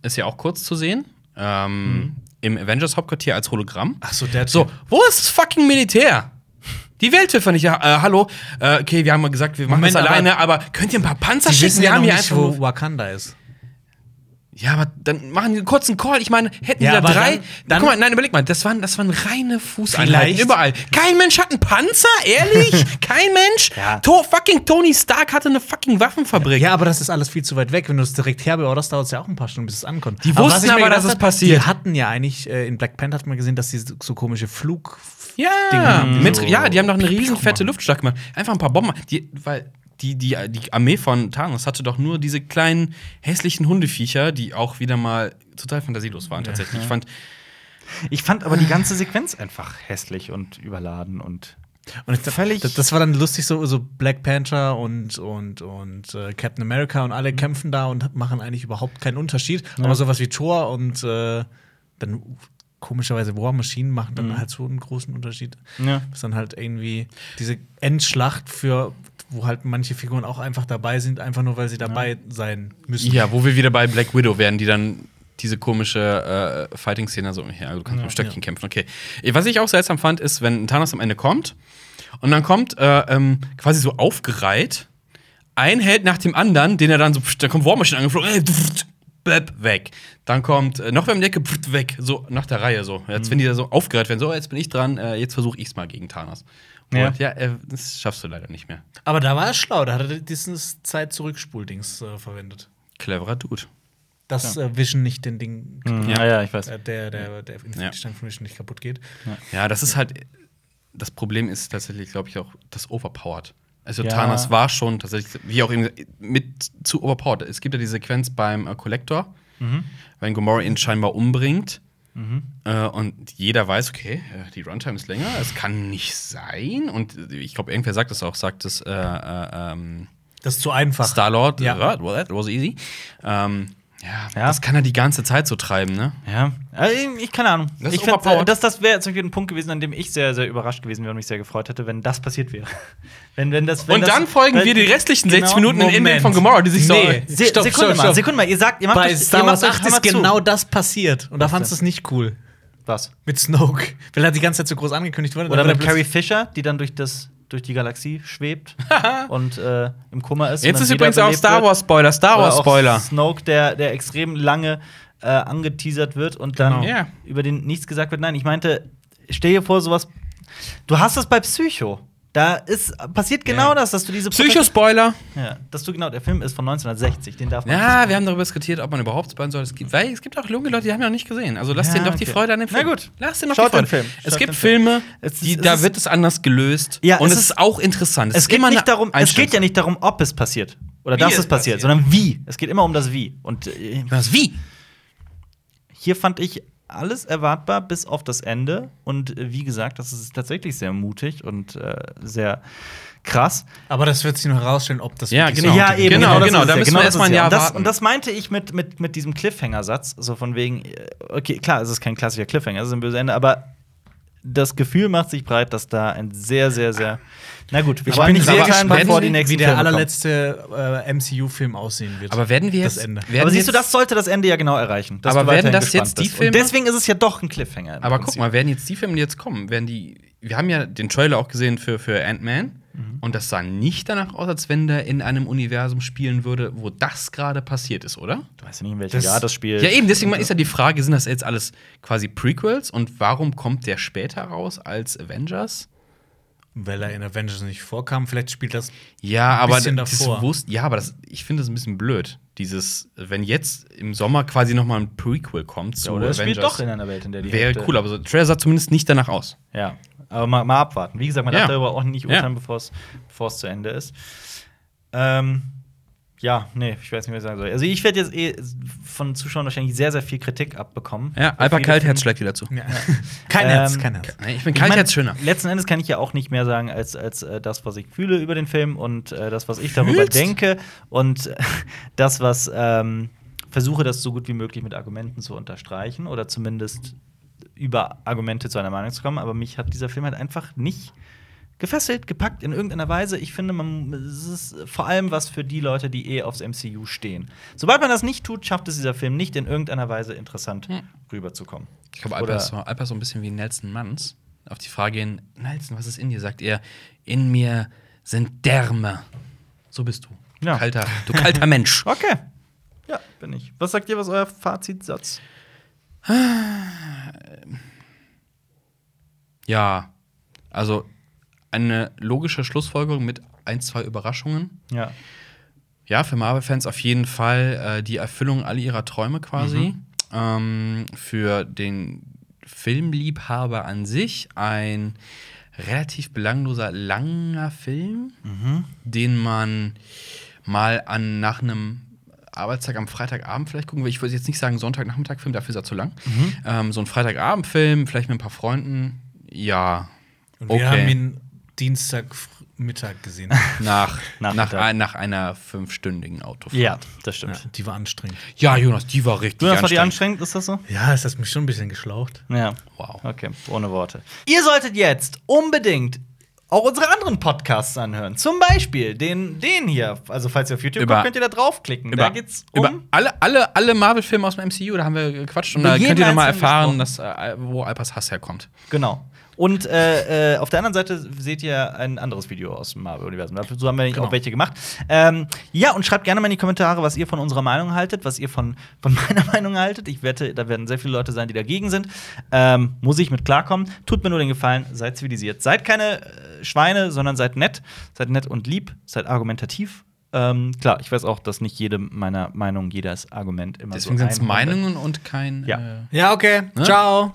ist ja auch kurz zu sehen. Ähm, Im Avengers Hauptquartier als Hologramm.
Mhm. Ach so, der
So, wo ist das fucking Militär? Die Welt hilft nicht. Ja, äh, hallo, äh, okay, wir haben mal gesagt, wir machen
Moment,
das
aber-
alleine, aber, könnt ihr ein paar Panzer
Die
schicken?
wissen
Wir
ja
haben
noch
hier
nicht,
einfach
wo
nur-
Wakanda ist.
Ja, aber dann machen die einen kurzen Call. Ich meine, hätten
Ja,
die da
aber
drei.
dann- dann-
Guck mal, nein, überleg mal, das waren, das waren reine Fußeinheiten
Vielleicht-
überall. Kein Mensch hat einen Panzer, ehrlich? Kein Mensch?
Ja.
To fucking Tony Stark hatte eine fucking Waffenfabrik.
Ja, aber das ist alles viel zu weit weg. Wenn du es direkt herbeorderst, dauert es ja auch ein paar Stunden, bis es ankommt.
Die
was
wussten
ich mir
aber,
gedacht
dass es
hab,
passiert.
Die hatten ja eigentlich, äh, in Black Panther hat man gesehen, dass die so so komische Flug.
Ja,
Dinge, die
mit,
so-
ja, die haben doch eine riesen fette Luftschlacht gemacht. Einfach ein paar Bomben. Die, weil die, die, die Armee von Thanos hatte doch nur diese kleinen hässlichen Hundeviecher, die auch wieder mal total fantasielos waren tatsächlich. Ich fand,
Ich fand aber die ganze Sequenz einfach hässlich und überladen und
Und ich, Völlig. Das, das war dann lustig, so, so Black Panther und, und, und äh, Captain America und alle kämpfen da und machen eigentlich überhaupt keinen Unterschied. Aber sowas wie Thor und äh, dann komischerweise War Machine machen dann halt so einen großen Unterschied.
Ja.
Ist dann halt irgendwie diese Endschlacht für wo halt manche Figuren auch einfach dabei sind, einfach nur weil sie dabei sein müssen.
ja, wo wir wieder bei Black Widow werden, die dann diese komische äh, Fighting-Szene so, ja, du kannst mit dem Stöckchen kämpfen, okay. Äh, Was ich auch seltsam fand, ist, wenn Thanos am Ende kommt und dann kommt äh, ähm, quasi so aufgereiht ein Held nach dem anderen, den er dann so, pff, da kommt War Machine angeflogen, ey, pff, bleb, weg. Dann kommt äh, noch wer um die Ecke, pff, weg, so nach der Reihe so. Jetzt, wenn die da so aufgereiht werden, so, jetzt bin ich dran, äh, jetzt versuche ich's mal gegen Thanos.
Ja.
Und ja, äh, das schaffst du leider nicht mehr.
Aber da war er schlau, da hat er dieses Zeit-Zurückspuldings äh, verwendet.
Cleverer Dude.
Dass äh, Vision nicht den Ding,
Ja, ja, ich weiß.
äh, der, der, der Infinity
Ja.
Stein von Vision nicht kaputt geht.
Ja, das ist halt. Das Problem ist tatsächlich, glaube ich, auch das Overpowered. Also
Ja.
Thanos war schon tatsächlich, wie auch eben, mit zu overpowered. Es gibt ja die Sequenz beim äh, Collector,
Mhm.
wenn Gamora ihn scheinbar umbringt. Äh, und jeder weiß, okay, äh, die Runtime ist länger, es kann nicht sein. Und äh, ich glaube, irgendwer sagt das auch, sagt das äh, äh, ähm,
Das ist zu einfach.
Star-Lord,
Ja.
"That- well, that was easy. Ähm, ja,
Ja.
das kann er die ganze Zeit so treiben, ne?
Ja, also, ich- ich keine Ahnung.
Das
Das
ist
ich fand,
overpowered.
das, das wäre zum Beispiel ein Punkt gewesen, an dem ich sehr, sehr überrascht gewesen wäre und mich sehr gefreut hätte, wenn das passiert wäre. Wenn, wenn das, wenn
Und
das,
dann folgen
weil-
wir die restlichen
genau,
60 Minuten in Indien
Moment.
von Gamora, die sich
Nee.
so.
Se
Stopp,
Sekunde
stopp,
mal,
stopp.
Sekunde mal, ihr sagt, ihr macht
Bei
euch-
Star
ihr macht
Wars
euch
8
Hammer
ist
zu.
genau das passiert. Und da fandst du es nicht cool.
was.
Mit Snoke. Weil er die ganze Zeit so groß angekündigt wurde.
Oder
dann
mit
wurde
Carrie
er
Fisher, die dann durch das durch die Galaxie schwebt und äh, im Koma ist. und
Jetzt
dann
ist
wieder
übrigens auch
belebt
Star
wird.
Wars Spoiler, Star
Oder
Wars
auch
Spoiler.
Snoke, der, der extrem lange äh, angeteasert wird und dann
Genau. Ja.
über den nichts gesagt wird. Nein, ich meinte, stell dir vor, sowas. Du hast das bei Psycho. Da ist, passiert genau
Ja.
das, dass du diese
Psycho-Spoiler.
Ja, dass du genau, der Film ist von 1960, den darf man.
Ja, wir haben darüber diskutiert, ob man überhaupt spoilern soll. Es gibt, weil es gibt auch junge Leute, die haben ja noch nicht gesehen. Also lass
Ja,
denen doch die
okay.
Freude an dem
Na
Film.
gut.
Lass denen doch
Schaut
die Freude.
den Film.
Es
Schaut
gibt
den Film.
Filme,
Es ist-
die,
es
da
ist-
wird es anders gelöst.
Ja,
und
es
es ist
ist-
auch interessant.
Es geht
immer
nicht
eine
darum, es geht ja
Einstellung.
nicht darum, ob es passiert oder
Wie
dass
es
es passiert,
passiert.
sondern wie. Es geht immer um das Wie. Und äh,
Was, wie?
hier fand ich alles erwartbar bis auf das Ende. Und äh, wie gesagt, das ist tatsächlich sehr mutig und äh, sehr krass.
blöd. Aber das wird sich noch herausstellen, ob das
Ja,
wirklich
genau.
so
Ja, eben.
Genau,
das
genau,
ist
da
es ja.
müssen wir
das
erst mal
ist
ein
es ja.
Jahr
Und das,
warten.
Und das meinte ich mit, mit, mit diesem Cliffhanger-Satz, so von wegen, äh, okay, klar, es ist kein klassischer Cliffhanger, es ist ein böses Ende, aber das Gefühl macht sich breit, dass da ein sehr, sehr, sehr. Na gut, wir
Aber
wollen
bin
nicht
sehr
sagen,
gespannt,
bevor die
wie
nächsten
der
Filme kommen.
allerletzte äh, MCU-Film aussehen wird.
Aber werden wir
Das
jetzt.
Ende.
Werden
aber siehst du,
jetzt-
das sollte das Ende ja genau erreichen. dass
Aber
du
werden
weiterhin
das jetzt
gespannt
die
bist.
Filme?
Und deswegen ist es ja doch ein Cliffhanger. im
Aber
Prinzip.
guck mal, werden jetzt die Filme, die jetzt kommen, werden die. Wir haben ja den Trailer auch gesehen für, für Ant-Man.
Mhm.
Und das sah nicht danach aus, als wenn der in einem Universum spielen würde, wo das gerade passiert ist, oder?
Du weißt ja nicht, in welchem
Das-
Jahr das Spiel.
Ja, eben, deswegen ist ja die Frage, sind das jetzt alles quasi Prequels und warum kommt der später raus als Avengers?
Weil er in Avengers nicht vorkam, vielleicht spielt das.
Ja, aber
bisschen
das
davor.
wusst, ja, aber das, ich finde das ein bisschen blöd. Dieses, wenn jetzt im Sommer quasi noch mal ein Prequel kommt zu
Ja, Oder es spielt
Avengers,
doch in einer Welt, in der die
wäre
Hälfte-
cool, aber so, der Trailer sah zumindest nicht danach aus.
Ja, aber mal, mal abwarten. Wie gesagt, man darf
Ja.
darüber auch nicht
Ja.
urteilen, bevor's bevor es zu Ende ist. Ähm, ja, nee, ich weiß nicht, was ich sagen soll. Also ich werde jetzt eh von Zuschauern wahrscheinlich sehr, sehr viel Kritik abbekommen.
Ja,
Auf
Alper
viele
Kaltherz
Filme.
schlägt wieder zu.
Ja. Kein Herz,
Ähm,
kein Herz.
Nee, ich bin
Ich mein,
Kaltherz schöner.
Letzten Endes kann ich ja auch nicht mehr sagen als, als äh, das, was ich fühle über den Film und äh, das, was ich darüber
Fühlst?
denke und äh, das, was ähm, versuche, das so gut wie möglich mit Argumenten zu unterstreichen oder zumindest über Argumente zu einer Meinung zu kommen. Aber mich hat dieser Film halt einfach nicht gefesselt, gepackt in irgendeiner Weise. Ich finde, man, es ist vor allem was für die Leute, die eh aufs MCU stehen. Sobald man das nicht tut, schafft es dieser Film nicht in irgendeiner Weise interessant rüberzukommen.
Ich glaube,
Oder-
Alper, ist so- Alper ist so ein bisschen wie Nelson Manns. Auf die Frage hin, Nelson, was ist in dir? Sagt er, in mir sind Därme. So bist du.
Ja.
Kalter, du kalter Mensch.
Okay. Ja, bin ich. Was sagt ihr, was euer Fazitsatz?
Ja. Also eine logische Schlussfolgerung mit ein, zwei Überraschungen.
Ja.
Ja, für Marvel-Fans auf jeden Fall äh, die Erfüllung all ihrer Träume quasi.
Mhm.
Ähm, für den Filmliebhaber an sich ein relativ belangloser, langer Film,
Mhm.
den man mal an, nach einem Arbeitstag am Freitagabend vielleicht gucken will. Ich würde jetzt nicht sagen Sonntagnachmittagfilm, dafür ist er zu lang.
Mhm.
Ähm, so ein Freitagabendfilm, vielleicht mit ein paar Freunden. Ja.
Und wir haben ihn Dienstagmittag gesehen.
Nach, nach,
Nachmittag.
ein, nach einer fünfstündigen Autofahrt.
Ja, das
ja,
stimmt.
die war anstrengend.
Ja, Jonas, die war richtig.
Du, das war die anstrengend,
anstrengend.
ist das so?
Ja, es hat mich schon ein bisschen geschlaucht.
Ja.
Wow.
Okay, ohne Worte. Ihr solltet jetzt unbedingt auch unsere anderen Podcasts anhören. Zum Beispiel den, den hier. Also, falls ihr auf YouTube
Über-
guckt, könnt ihr da draufklicken. da geht's um.
über alle, alle, alle Marvel-Filme aus dem MCU, da haben wir gequatscht und
Über
da
jeden
könnt ihr nochmal
einzelnen
erfahren, dass, äh, wo Alpers Hass herkommt.
Genau. Und äh, äh, auf der anderen Seite seht ihr ein anderes Video aus dem Marvel-Universum. Dazu haben wir nämlich
Genau.
auch welche gemacht. Ähm, ja, und schreibt gerne mal in die Kommentare, was ihr von unserer Meinung haltet, was ihr von, von meiner Meinung haltet. Ich wette, da werden sehr viele Leute sein, die dagegen sind. Ähm, muss ich mit klarkommen. Tut mir nur den Gefallen, seid zivilisiert. Seid keine äh, Schweine, sondern seid nett. Seid nett und lieb, seid argumentativ. Ähm, klar, ich weiß auch, dass nicht jede meiner Meinung, jedes Argument immer
Deswegen
so
sind es
einhundert-
Meinungen und kein.
Also Ja.
Äh,
Ne? Ja, okay.
Ciao.